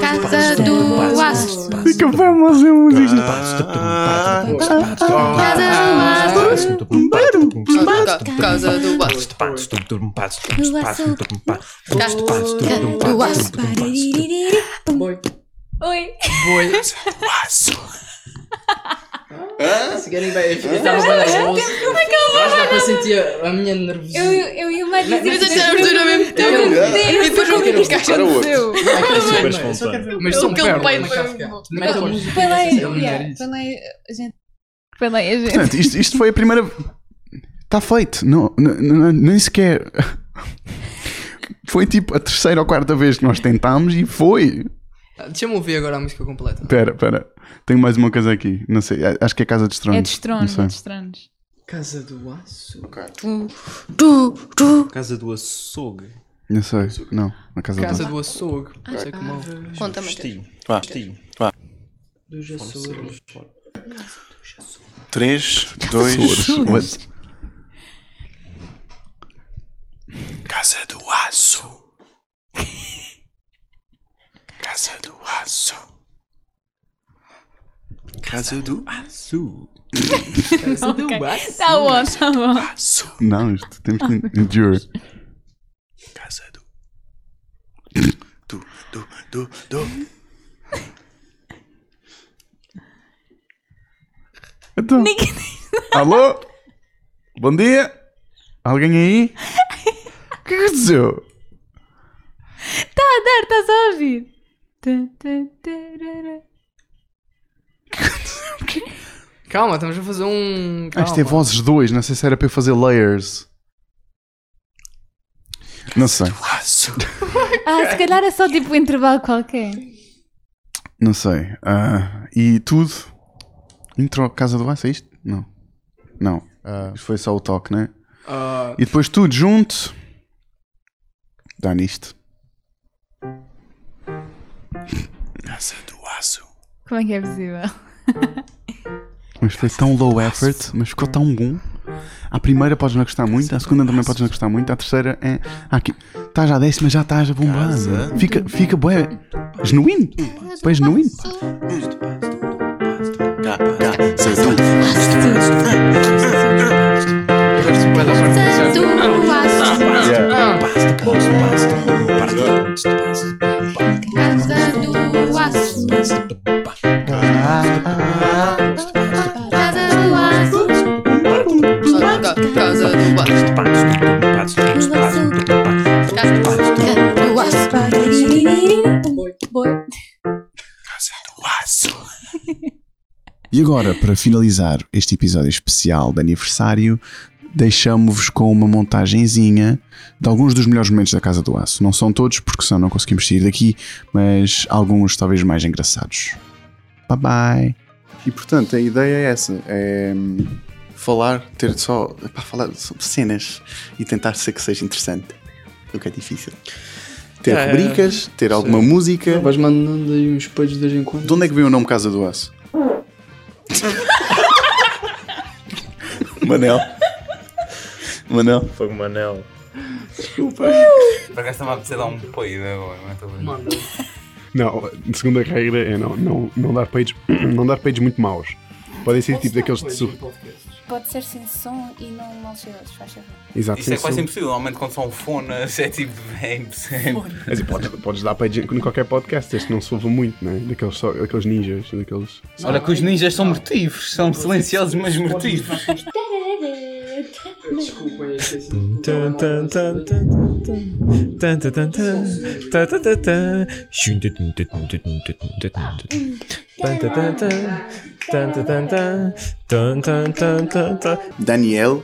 [SPEAKER 4] Casa do aço.
[SPEAKER 2] Fica bem, mas é um disco.
[SPEAKER 5] tá.
[SPEAKER 4] Casa do aço. Casa do aço. Casa do aço.
[SPEAKER 7] Boi.
[SPEAKER 1] Oi.
[SPEAKER 5] Boi.
[SPEAKER 6] Hã?
[SPEAKER 7] Ah, Se querem, vai. Eu estava bem
[SPEAKER 1] é
[SPEAKER 7] nervoso. Acho que dá para sentir a- a minha
[SPEAKER 1] Eu,
[SPEAKER 7] nervosidade.
[SPEAKER 1] eu e o Matheus
[SPEAKER 7] Mas é
[SPEAKER 1] dizemos
[SPEAKER 4] achamos tudo ao mesmo
[SPEAKER 1] Eu
[SPEAKER 7] tempo.
[SPEAKER 1] quero dizer, eu
[SPEAKER 7] E depois eu
[SPEAKER 1] quero
[SPEAKER 7] quero
[SPEAKER 1] dizer,
[SPEAKER 6] buscar o outro.
[SPEAKER 1] aconteceu.
[SPEAKER 3] Super
[SPEAKER 7] Eu só quero
[SPEAKER 3] espontâneo.
[SPEAKER 7] ver o-
[SPEAKER 5] Mas são
[SPEAKER 1] é
[SPEAKER 4] Aquele peito
[SPEAKER 5] pérolas.
[SPEAKER 4] foi
[SPEAKER 7] Mete a música.
[SPEAKER 1] Pelei,
[SPEAKER 5] Eu
[SPEAKER 1] yeah,
[SPEAKER 5] quero dizer.
[SPEAKER 1] pelei a gente. Pelei a gente.
[SPEAKER 2] Portanto, isto, isto foi a primeira. Está feito. Não, n- n- n- nem sequer. Foi tipo a terceira ou quarta vez que nós tentámos e foi.
[SPEAKER 5] Ah, Deixa-me ouvir agora a música completa.
[SPEAKER 2] Espera, espera. Tenho mais uma coisa aqui. Não sei. a- Acho que é Casa dos Tronos.
[SPEAKER 1] É dos tronos, é
[SPEAKER 2] Não sei.
[SPEAKER 1] dos tronos.
[SPEAKER 7] Casa do Aço.
[SPEAKER 4] Tu, tu.
[SPEAKER 3] Casa do açougue.
[SPEAKER 2] Não sei. Não. A Casa,
[SPEAKER 5] Casa
[SPEAKER 2] dos
[SPEAKER 5] do Açougue. Não
[SPEAKER 1] Ah.
[SPEAKER 5] sei como.
[SPEAKER 4] Conta, Matheus.
[SPEAKER 3] Vestinho.
[SPEAKER 6] Vá.
[SPEAKER 3] Vestinho.
[SPEAKER 7] Dos Açores.
[SPEAKER 6] 3, 2,
[SPEAKER 2] Açores.
[SPEAKER 6] Casa do Aço. Casa do Aço. Casa do
[SPEAKER 3] Açu.
[SPEAKER 7] Casa
[SPEAKER 5] um
[SPEAKER 7] do Aço.
[SPEAKER 1] Tá bom, tá bom.
[SPEAKER 6] Aço.
[SPEAKER 2] Não, isto temos que endure.
[SPEAKER 6] Casa do. Du, du, du, du.
[SPEAKER 2] Então. Alô? Bom dia? Alguém aí? O que aconteceu?
[SPEAKER 1] Tá a dar, estás a ouvir? Tã, tã, tarará.
[SPEAKER 5] Calma, estamos a fazer um.
[SPEAKER 2] Ah,
[SPEAKER 5] Calma.
[SPEAKER 2] isto é vozes 2, não sei se era para eu fazer layers. Não sei,
[SPEAKER 6] Aço.
[SPEAKER 1] Ah, se calhar é só tipo um intervalo qualquer.
[SPEAKER 2] não sei. Ah, e tudo? Intro Casa do Aço, é isto? Não. Não. Ah, Isto foi só o toque, né?
[SPEAKER 5] Ah,
[SPEAKER 2] E depois tudo junto. Dá nisto.
[SPEAKER 6] Casa do Aço.
[SPEAKER 1] Como é que é possível?
[SPEAKER 2] Mas foi tão low effort, mas ficou tão bom. A primeira podes não gostar muito, a segunda também podes não gostar muito, a terceira é. Ah, aqui. Estás à décima, já estás a bombar.
[SPEAKER 6] Casa.
[SPEAKER 2] Fica, fica bué. Genuíno. Pois genuíno.
[SPEAKER 6] Ca- Casa do.
[SPEAKER 5] gosto bué da parte do
[SPEAKER 4] Casa
[SPEAKER 5] Açougue.
[SPEAKER 4] do aço. Casa do aço. Casa do aço. Casa do aço. Casa do aço.
[SPEAKER 2] E agora, para finalizar este episódio especial de aniversário, deixamo-vos com uma montagenzinha de alguns dos melhores momentos da Casa do Aço. Não são todos, porque senão não conseguimos sair daqui, mas alguns talvez mais engraçados. Bye bye! E portanto, a ideia é essa: é hum,
[SPEAKER 6] Falar, ter só. Para falar sobre cenas e tentar ser que seja interessante. O que é difícil.
[SPEAKER 2] ter
[SPEAKER 5] É,
[SPEAKER 2] rubricas, ter alguma música.
[SPEAKER 5] Vais mandando aí uns peitos de vez em quando.
[SPEAKER 2] De onde é que veio o nome Casa do Aço?
[SPEAKER 6] Manel. Manel.
[SPEAKER 3] Foi o Manel.
[SPEAKER 8] Por acaso estava a precisar dar um poido agora, não é? Estou a ver.
[SPEAKER 5] Manda.
[SPEAKER 9] Não, a segunda regra é não, não, não dar peidos, não dar peidos muito maus. Podem ser tipo daqueles de sur...
[SPEAKER 5] Podcasts.
[SPEAKER 10] pode ser sem som e não mal cheirosos, faz favor.
[SPEAKER 2] Exato.
[SPEAKER 11] Isso é
[SPEAKER 2] sim,
[SPEAKER 11] quase
[SPEAKER 2] sim.
[SPEAKER 11] impossível, normalmente quando são fones é tipo, é impossível.
[SPEAKER 12] Quer dizer, podes, podes dar para em qualquer podcast, este não se ouve muito, né? Daqueles, só, daqueles ninjas, daqueles.
[SPEAKER 11] Olha que os ninjas são mortivos, são silenciosos, mas mortivos.
[SPEAKER 13] Desculpem, esqueci.
[SPEAKER 3] Tan, tan, tan, tan, tan, tan, tan, tan, tan, tan, tan, tan, tan. Shun, tut, tut, tut, tut, tut, tut, tut. Tan, tan, tan, tan, tan, tan, tan, tan, tan, tan, tan, tan.
[SPEAKER 14] Daniel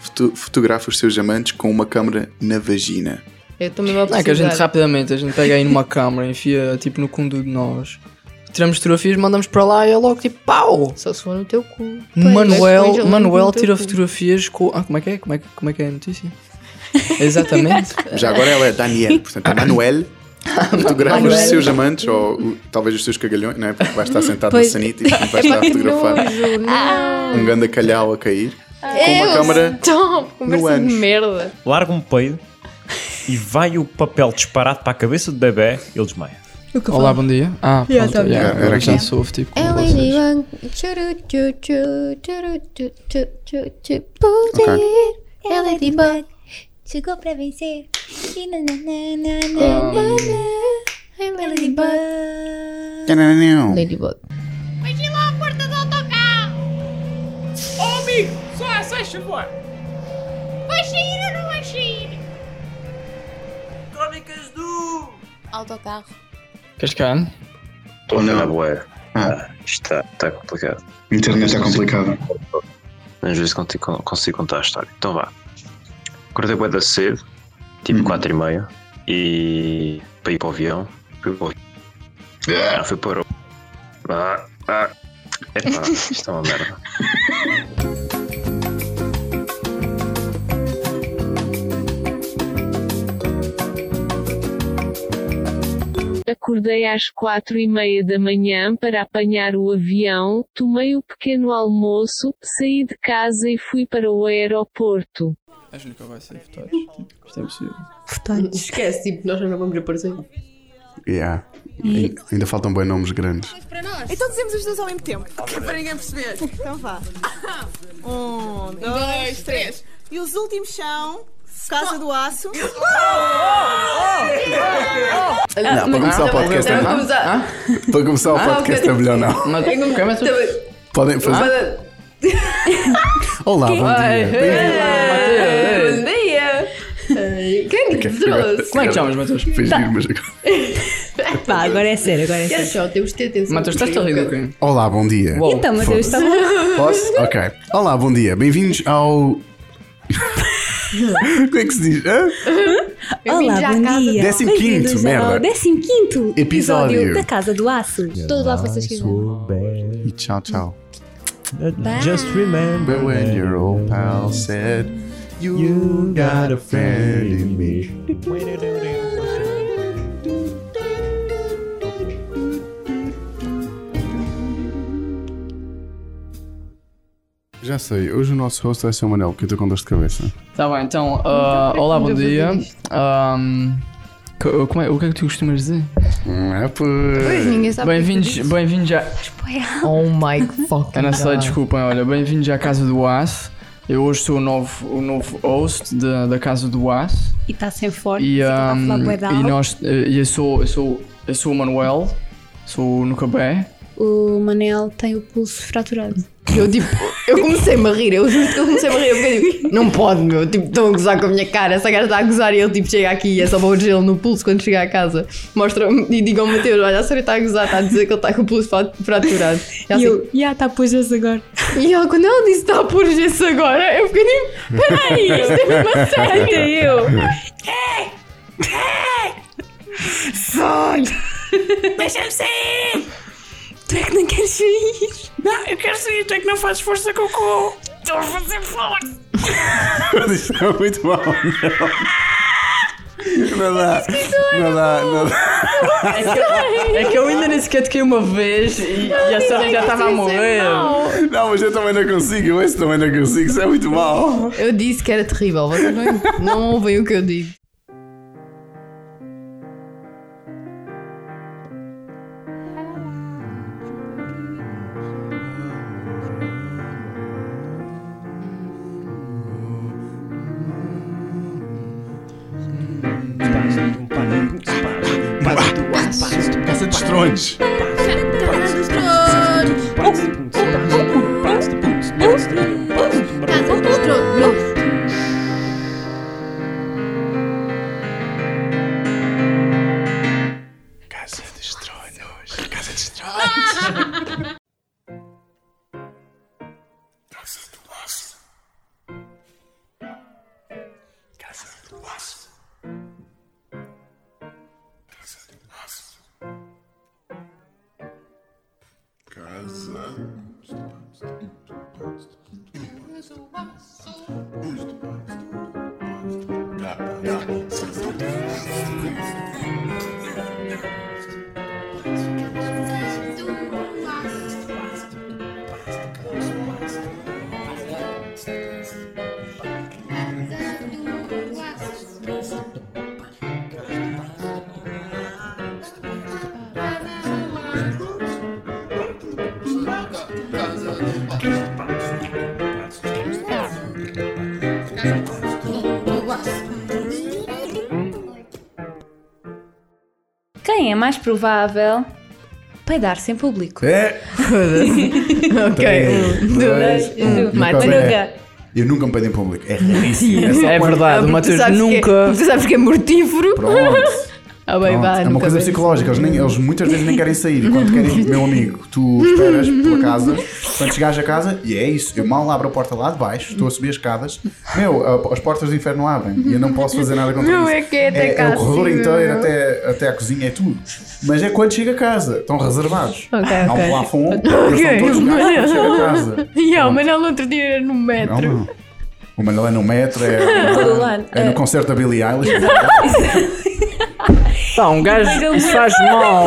[SPEAKER 14] foto- fotografa os seus amantes com uma câmera na vagina.
[SPEAKER 15] Eu também vou
[SPEAKER 5] Não, é que a gente
[SPEAKER 15] precisar.
[SPEAKER 5] rapidamente, a gente pega aí numa câmera, enfia tipo no cundo de nós, tiramos fotografias, mandamos para lá e é logo tipo pau!
[SPEAKER 15] Só se for no teu cu.
[SPEAKER 5] Manuel, Manuel tira
[SPEAKER 15] futuro
[SPEAKER 5] fotografias com. Ah, como é que é? Como é que, como é, que é a notícia? Exatamente.
[SPEAKER 14] Já agora ela é Daniel, portanto, a Manuel fotografa os
[SPEAKER 15] Manuel.
[SPEAKER 14] seus amantes ou o- talvez os seus cagalhões, não é? Porque vai estar sentado
[SPEAKER 15] Pois.
[SPEAKER 14] na sanita e portanto, vai estar a fotografar
[SPEAKER 15] Nojo,
[SPEAKER 1] Ah,
[SPEAKER 15] não.
[SPEAKER 14] um ganda calhau a cair. Com uma
[SPEAKER 15] Eu
[SPEAKER 14] câmara
[SPEAKER 15] Stop, conversa
[SPEAKER 14] ânus.
[SPEAKER 15] de merda.
[SPEAKER 3] Larga um peido e vai o papel disparado para a cabeça do bebê ele desmaia.
[SPEAKER 5] Olá, bom dia. Ah, pronto,
[SPEAKER 15] Yeah, tá bem.
[SPEAKER 5] yeah,
[SPEAKER 14] Era
[SPEAKER 5] agora já
[SPEAKER 14] aqui.
[SPEAKER 5] sou tipo com
[SPEAKER 15] Ela
[SPEAKER 5] vocês.
[SPEAKER 14] Ok.
[SPEAKER 16] Ela é de bug. Chegou pra vencer. E nananana. Ladybug.
[SPEAKER 14] Não.
[SPEAKER 15] Ladybug.
[SPEAKER 16] Veja lá a porta do autocarro. Ô amigo, só faz favor. Vai sair ou não vai sair? Crônicas do... Autocarro.
[SPEAKER 5] Queres cá?
[SPEAKER 17] Estou na boa. Ah, está, está complicado.
[SPEAKER 2] A internet é está complicada.
[SPEAKER 17] Às vezes consigo, consigo contar a história. Então vá. Acordei bué da cedo, tipo
[SPEAKER 3] Uhum.
[SPEAKER 17] 4 e meia, e para ir para o avião, fui para o avião. Ah, fui para o... Ah, ah. Epá, isto é uma merda.
[SPEAKER 1] Acordei às quatro e meia da manhã para apanhar o avião, tomei o pequeno almoço, saí de casa e fui para o aeroporto.
[SPEAKER 5] Acho que vai ser fotógrafo. Isto é impossível.
[SPEAKER 4] Esquece, tipo, nós não vamos aparecer.
[SPEAKER 2] Yeah.
[SPEAKER 4] E-
[SPEAKER 2] Ainda faltam bem nomes grandes.
[SPEAKER 7] Para nós. Então dizemos os dois ao mesmo tempo, que é para ninguém perceber. Então vá. Um, dois, três. E os últimos são. Casa do Aço.
[SPEAKER 2] Não, para começar o podcast é
[SPEAKER 4] Vamos
[SPEAKER 2] melhor.
[SPEAKER 4] começar.
[SPEAKER 2] Para começar o
[SPEAKER 4] Ah,
[SPEAKER 2] podcast é
[SPEAKER 4] ok.
[SPEAKER 2] melhor não.
[SPEAKER 4] Mas- Começa-
[SPEAKER 2] Podem fazer. Olá, bom dia. Bem-vindo.
[SPEAKER 4] Bom dia! Ai, Quem é que te trouxe?
[SPEAKER 5] Como é que chamas, Matheus?
[SPEAKER 2] Fiz rir, mas agora-
[SPEAKER 4] Pá, agora é sério, agora é sério. só, temos de ter atenção.
[SPEAKER 5] Matheus, estás-te a rir do quê?
[SPEAKER 2] Olá, bom dia.
[SPEAKER 4] Então, Matheus, está
[SPEAKER 2] Foda-se.
[SPEAKER 4] bom?
[SPEAKER 2] Posso? Ok. Olá, bom dia. Bem-vindos ao. Como é que se diz? Hã?
[SPEAKER 4] Olá, bom dia.
[SPEAKER 2] Décimo
[SPEAKER 4] Bem-vindos
[SPEAKER 2] quinto,
[SPEAKER 4] ao
[SPEAKER 2] merda.
[SPEAKER 4] Décimo quinto
[SPEAKER 2] Episódio.
[SPEAKER 4] episódio da Casa do Aço.
[SPEAKER 2] Todos
[SPEAKER 4] lá vocês
[SPEAKER 2] E tchau, tchau.
[SPEAKER 4] Bye.
[SPEAKER 3] Just remember
[SPEAKER 2] But when your old pal said you, got a friend in me. Já sei, hoje o nosso host vai ser o Manel, porque eu estou com dor de cabeça.
[SPEAKER 5] Tá bem, então, ah, olá, bom
[SPEAKER 2] vamos
[SPEAKER 5] dia.
[SPEAKER 2] fazer
[SPEAKER 5] Ahm, co- como é- o que é que tu costumas dizer?
[SPEAKER 2] É pois.
[SPEAKER 15] ninguém
[SPEAKER 4] Ah,
[SPEAKER 15] sabe
[SPEAKER 5] é Bem-vindos, bem-vindos já.
[SPEAKER 15] Oh my fucking
[SPEAKER 5] Ana Sá,
[SPEAKER 15] God.
[SPEAKER 5] desculpem, olha, bem-vindos à Casa do Aço. Eu hoje sou o novo, o novo host da, da Casa do Aço.
[SPEAKER 4] E está sem forte.
[SPEAKER 5] E,
[SPEAKER 4] a falar
[SPEAKER 5] ahm,
[SPEAKER 4] bué de
[SPEAKER 5] e
[SPEAKER 4] alto.
[SPEAKER 5] nós, eh, e eu sou, eu sou, eu sou o Manuel, sou o Nucabé.
[SPEAKER 10] O Manel tem o pulso fraturado.
[SPEAKER 4] Eu tipo, eu comecei-me a rir, eu juro que eu comecei-me a rir, porque eu digo, não pode, meu, tipo, estão a gozar com a minha cara, essa cara está a gozar e ele tipo chega aqui e é só para o gelo no pulso quando chega a casa. Mostra-me e diga ao Mateus, olha, a senhora está a gozar, está a dizer que ele está com o pulso fra- fraturado. E,
[SPEAKER 1] Tá
[SPEAKER 4] ela,
[SPEAKER 15] E eu,
[SPEAKER 4] assim,
[SPEAKER 15] já está a pôr gesso agora.
[SPEAKER 4] e ela, quando ela disse está a pôr gesso agora, eu fiquei tipo, peraí, isto é mesmo a sério, e eu.
[SPEAKER 16] Sai! Deixa-me sair! Tu é que não queres sair? Não, eu quero sair, tu é que não fazes força com o cu! Estou a fazer força!
[SPEAKER 2] Isto é muito mal. Não dá. Não dá, não dá.
[SPEAKER 5] É que eu ainda nem sequer toquei uma vez e, e a senhora já estava a morrer.
[SPEAKER 2] Não, mas eu também não consigo, eu esse também não consigo, isso é muito mal.
[SPEAKER 4] Eu disse que era terrível, vocês não, não ouvem o que eu digo.
[SPEAKER 2] Todos.
[SPEAKER 6] Casa dos tronos.
[SPEAKER 2] Casa dos
[SPEAKER 6] tronos. Casa do aço. Casa do aço. Casa do aço. Casa.
[SPEAKER 1] Quem é mais provável peidar-se em público?
[SPEAKER 2] É.
[SPEAKER 6] É.
[SPEAKER 4] Ok.
[SPEAKER 2] Três, dois,
[SPEAKER 4] dois,
[SPEAKER 2] um.
[SPEAKER 4] um.
[SPEAKER 2] Nunca
[SPEAKER 4] Matos.
[SPEAKER 2] bem.
[SPEAKER 4] Nunca.
[SPEAKER 2] Eu nunca me pedi em público. É raríssimo.
[SPEAKER 4] Sim,
[SPEAKER 2] só
[SPEAKER 4] é
[SPEAKER 2] quando-
[SPEAKER 4] verdade, o Matheus nunca- tu sabes que é mortífero.
[SPEAKER 2] Pronto.
[SPEAKER 4] Ah, bem,
[SPEAKER 2] Pronto,
[SPEAKER 4] vá,
[SPEAKER 2] é uma
[SPEAKER 4] nunca
[SPEAKER 2] coisa
[SPEAKER 4] bem.
[SPEAKER 2] psicológica, eles, nem- eles muitas vezes nem querem sair. Quando querem, meu amigo, tu esperas pela casa, quando chegares a casa, e é isso. Eu mal abro a porta lá de baixo, estou a subir as escadas, meu, a- as portas do inferno abrem e eu não posso fazer nada contra
[SPEAKER 4] Não,
[SPEAKER 2] isso.
[SPEAKER 4] é que é até
[SPEAKER 2] é,
[SPEAKER 4] cá
[SPEAKER 2] o corredor
[SPEAKER 4] acima,
[SPEAKER 2] inteiro
[SPEAKER 4] não?
[SPEAKER 2] até, até a cozinha, é tudo. Mas é quando chega a casa, estão reservados.
[SPEAKER 4] Ok,
[SPEAKER 2] Há um
[SPEAKER 4] ok.
[SPEAKER 2] plafond, eles
[SPEAKER 4] Ok,
[SPEAKER 2] estão todos
[SPEAKER 4] Manel.
[SPEAKER 2] reservados quando chega a casa.
[SPEAKER 4] Yeah, o Manel no outro dia era
[SPEAKER 2] Não,
[SPEAKER 4] no metro.
[SPEAKER 2] não. O Manel é no metro, é,
[SPEAKER 4] Todo lado,
[SPEAKER 2] é
[SPEAKER 4] é.
[SPEAKER 2] no concerto da Billie Eilish.
[SPEAKER 5] Pá, um gajo faz mal.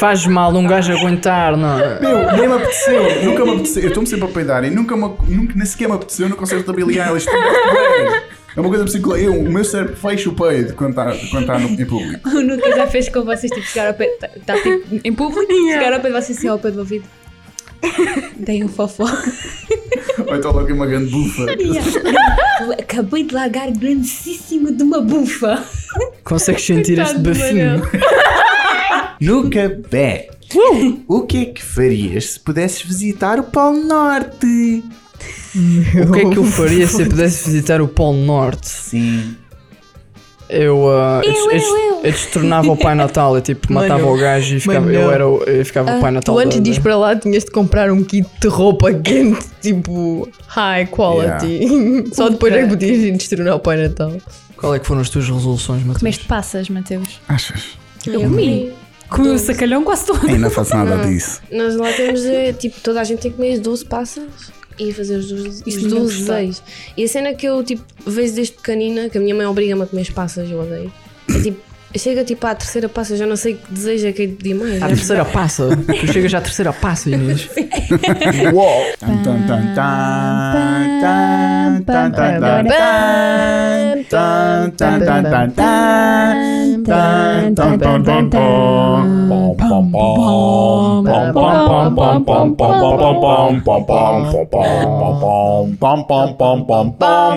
[SPEAKER 5] Faz mal um gajo aguentar, não é?
[SPEAKER 2] Meu, nem me apeteceu, nunca me apeteceu. Eu estou-me sempre a peidar e nunca, me, nunca nem sequer me apeteceu no concerto da Billie Eilish. É uma coisa psicológica. Eu, o meu cérebro fecha o peido quando está quando tá no- em público.
[SPEAKER 1] O Nuca já fez com vocês, tipo, chegar ao pé, tá, tá, tipo, em público, chegar ao pé de vocês, assim, ao pé do ouvido. Dei um fofó.
[SPEAKER 2] Ou então logo uma grande bufa.
[SPEAKER 1] Eu Acabei de largar grandíssimo de uma bufa.
[SPEAKER 5] Consegues sentir este
[SPEAKER 1] Coitado do
[SPEAKER 5] bafinho?
[SPEAKER 2] Nunca bem. O que é que farias se pudesses visitar o Polo Norte?
[SPEAKER 5] O que é que eu faria se eu pudesse visitar o Polo Norte?
[SPEAKER 2] Sim.
[SPEAKER 5] Eu, ah, eu,
[SPEAKER 6] Eu,
[SPEAKER 5] eu,
[SPEAKER 6] eu, eu.
[SPEAKER 5] eu destornava o Pai Natal, eu tipo
[SPEAKER 4] Mano,
[SPEAKER 5] matava o gajo e ficava,
[SPEAKER 4] mano.
[SPEAKER 5] eu era o- eu ficava o Pai Natal.
[SPEAKER 4] tu antes
[SPEAKER 5] da-
[SPEAKER 4] de ir
[SPEAKER 5] da-
[SPEAKER 4] para lá tinhas de comprar um kit de roupa quente, tipo high quality. Só depois é que podias ir destronar o Pai Natal.
[SPEAKER 5] Qual é que foram as tuas resoluções, Mateus?
[SPEAKER 1] Comeste passas, Mateus?
[SPEAKER 2] Achas?
[SPEAKER 1] Eu comi.
[SPEAKER 6] Comi o sacalhão quase todo.
[SPEAKER 2] Ainda faço nada disso.
[SPEAKER 7] Nós lá temos, eh, tipo, toda a gente tem que comer as 12 passas e fazer os 12, os
[SPEAKER 1] ninguém
[SPEAKER 7] 12
[SPEAKER 1] gostava.
[SPEAKER 7] desejos. E a cena que eu, tipo, vejo desde pequenina, que a minha mãe obriga-me a comer as passas, eu odeio. É tipo, chega tipo à terceira passa, eu já não sei que desejo é que é de mais.
[SPEAKER 5] À terceira passa. Tu chegas à terceira passa, Inês.
[SPEAKER 2] Uou! Tan, tan, tan, tan, tan, Ah, tan, tan, tan, tan, tan, tan, tan, tan, tan, tan, tan, tan, tan. Pom, pom, pom, pom, pom, pom, pom, pom, pom, pom, pom, pom, pom, pom, pom, pom, pom, pom, pom, pom, pom.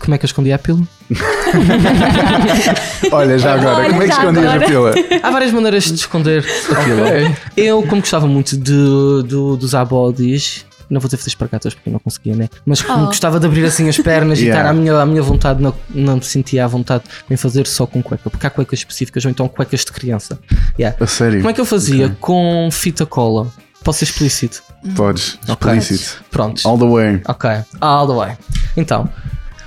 [SPEAKER 5] Como é que eu escondi a pílula?
[SPEAKER 2] Olha, já agora,
[SPEAKER 5] Olha,
[SPEAKER 2] como é que
[SPEAKER 5] já
[SPEAKER 2] escondias
[SPEAKER 5] agora.
[SPEAKER 2] a pila?
[SPEAKER 5] Há várias maneiras de esconder a pílula. Eu, como gostava muito de, do- dos abodis, não vou dizer fazer espargatas porque eu não conseguia, né? Mas como
[SPEAKER 18] Oh.
[SPEAKER 5] gostava de abrir assim as pernas e
[SPEAKER 18] Yeah.
[SPEAKER 5] estar à minha, à minha vontade, não, não me sentia à vontade em fazer só com cueca, porque há cuecas específicas ou então cuecas de criança. Yeah.
[SPEAKER 2] A sério?
[SPEAKER 5] Como é que eu fazia com fita cola? Posso ser explícito?
[SPEAKER 2] Podes,
[SPEAKER 5] Ok.
[SPEAKER 2] explícito.
[SPEAKER 5] Pronto.
[SPEAKER 2] All the way.
[SPEAKER 5] Ok, all the way. Então,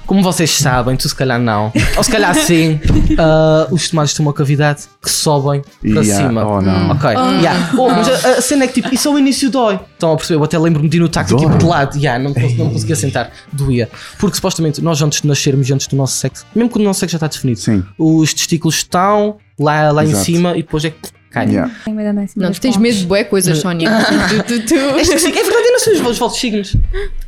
[SPEAKER 5] como vocês sabem, tu se calhar não, ou se calhar sim, ah, os tomates têm uma cavidade que sobem para
[SPEAKER 2] Yeah,
[SPEAKER 5] cima.
[SPEAKER 2] oh, não.
[SPEAKER 5] Ok,
[SPEAKER 2] Ah.
[SPEAKER 5] yeah. Hum. Oh, mas a, a cena é que tipo, isso ao início dói. Estão a perceber? Eu até lembro-me de ir no taco tipo de lado, yeah, não, me cons- não me conseguia sentar, doía. Porque supostamente nós antes de nascermos, e antes do nosso sexo, mesmo quando o nosso sexo já está definido, os testículos estão lá, lá em
[SPEAKER 4] Exato.
[SPEAKER 5] cima e depois é que caem.
[SPEAKER 1] Tenho medo de andar em cima
[SPEAKER 4] Não, assim
[SPEAKER 1] das
[SPEAKER 4] tu tens
[SPEAKER 1] pontes.
[SPEAKER 4] medo de bué coisas, Sónia. tu, tu, tu.
[SPEAKER 5] É verdade, eu não sei os vossos signos.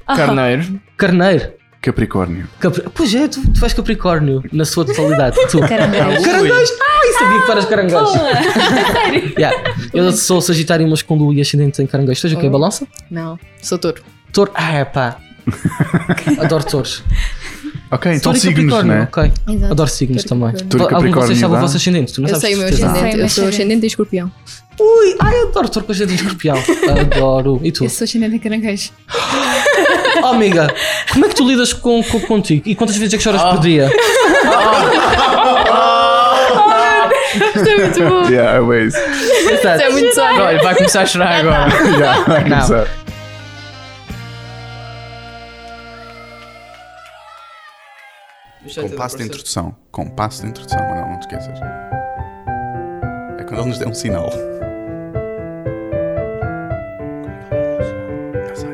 [SPEAKER 1] Ah.
[SPEAKER 5] Carneiro. Carneiro.
[SPEAKER 2] Capricórnio.
[SPEAKER 7] Capri- Pois é, tu, tu és Capricórnio na sua totalidade. Tu.
[SPEAKER 19] Caranguejo.
[SPEAKER 7] Caranguejo! Ai, sabia que tu eras caranguejo.
[SPEAKER 19] Sério?
[SPEAKER 7] Yeah. Eu sou Sagitário, mas com lua e ascendente em caranguejo. Seja o que?
[SPEAKER 20] Oh.
[SPEAKER 7] Balança?
[SPEAKER 20] Não, sou touro.
[SPEAKER 7] Touro. Ah, pá. Adoro touros.
[SPEAKER 2] Ok,
[SPEAKER 20] então signos, né?
[SPEAKER 7] Ok.
[SPEAKER 20] Exato.
[SPEAKER 7] Adoro signos
[SPEAKER 20] Touro e
[SPEAKER 7] também.
[SPEAKER 20] Capricórnio.
[SPEAKER 2] Touro e
[SPEAKER 7] Algum de vocês
[SPEAKER 2] Capricórnio
[SPEAKER 7] sabe o
[SPEAKER 2] dá?
[SPEAKER 7] vosso ascendente? Tu não
[SPEAKER 20] eu
[SPEAKER 7] sabes
[SPEAKER 20] sei o
[SPEAKER 7] de
[SPEAKER 20] meu
[SPEAKER 7] certeza.
[SPEAKER 20] ascendente, eu sou ascendente em escorpião.
[SPEAKER 7] Ui, ai, eu adoro touro com ascendente em escorpião. Adoro. E tu?
[SPEAKER 20] Eu sou ascendente em caranguejo.
[SPEAKER 7] Oh, amiga, como é que tu lidas com, com contigo? E quantas vezes é que choras por dia?
[SPEAKER 19] Isto é muito bom.
[SPEAKER 2] Yeah, always.
[SPEAKER 19] Isso é muito só.
[SPEAKER 5] Olha, vai começar a chorar agora.
[SPEAKER 2] Já, vai começar. Compasso de introdução. Compasso de introdução, Manuel, não te esqueças. É quando ele nos der um sinal.
[SPEAKER 20] é
[SPEAKER 2] Já sei.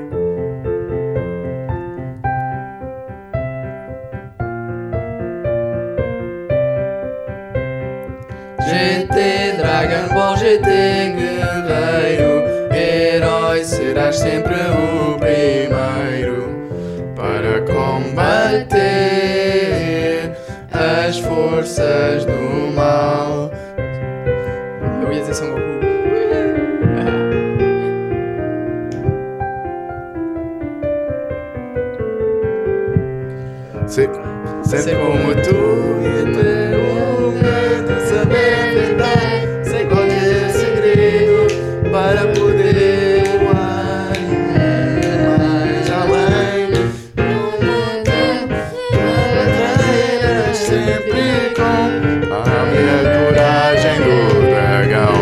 [SPEAKER 5] GT, Dragon Ball GT, guerreiro Herói serás sempre o primeiro Para combater as forças do mal Eu ia dizer São Goku
[SPEAKER 2] Sei,
[SPEAKER 5] Ser como tu e ter o medo de saber verdade Sem qualquer segredo para poder voar mais além No mundo para trazer sempre com
[SPEAKER 2] A minha coragem do dragão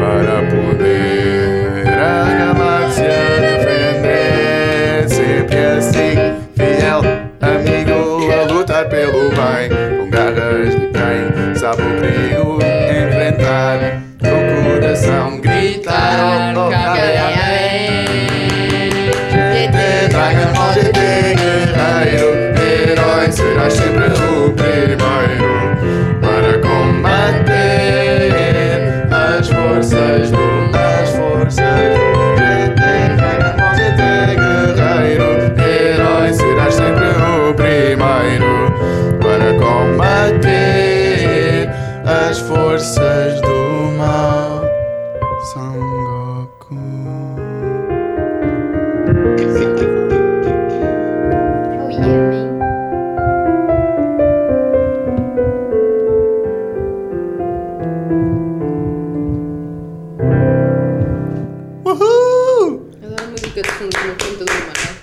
[SPEAKER 2] para poder a galáxia defender. Sempre assim, fiel amigo a lutar pelo bem. Com garras de quem sabe o perigo enfrentar. Com o coração gritar. Oh, oh, GT, Dragon Ball GT, guerreiro, herói, serás sempre o primeiro para combater as forças do as forças do GT, Dragon Ball GT, guerreiro, herói, serás sempre o primeiro para combater as forças do mal. São
[SPEAKER 20] Uhul! Adoro a música de fundo no computador, mano.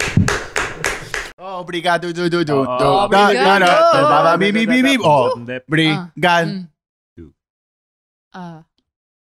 [SPEAKER 2] Obrigado, du, du, du, du.
[SPEAKER 20] Ah,
[SPEAKER 2] Da, da,
[SPEAKER 20] obrigado. Ah.
[SPEAKER 2] da, da, da, da, bi, bi, bi, bi. Oh, Obrigado.
[SPEAKER 20] Ah.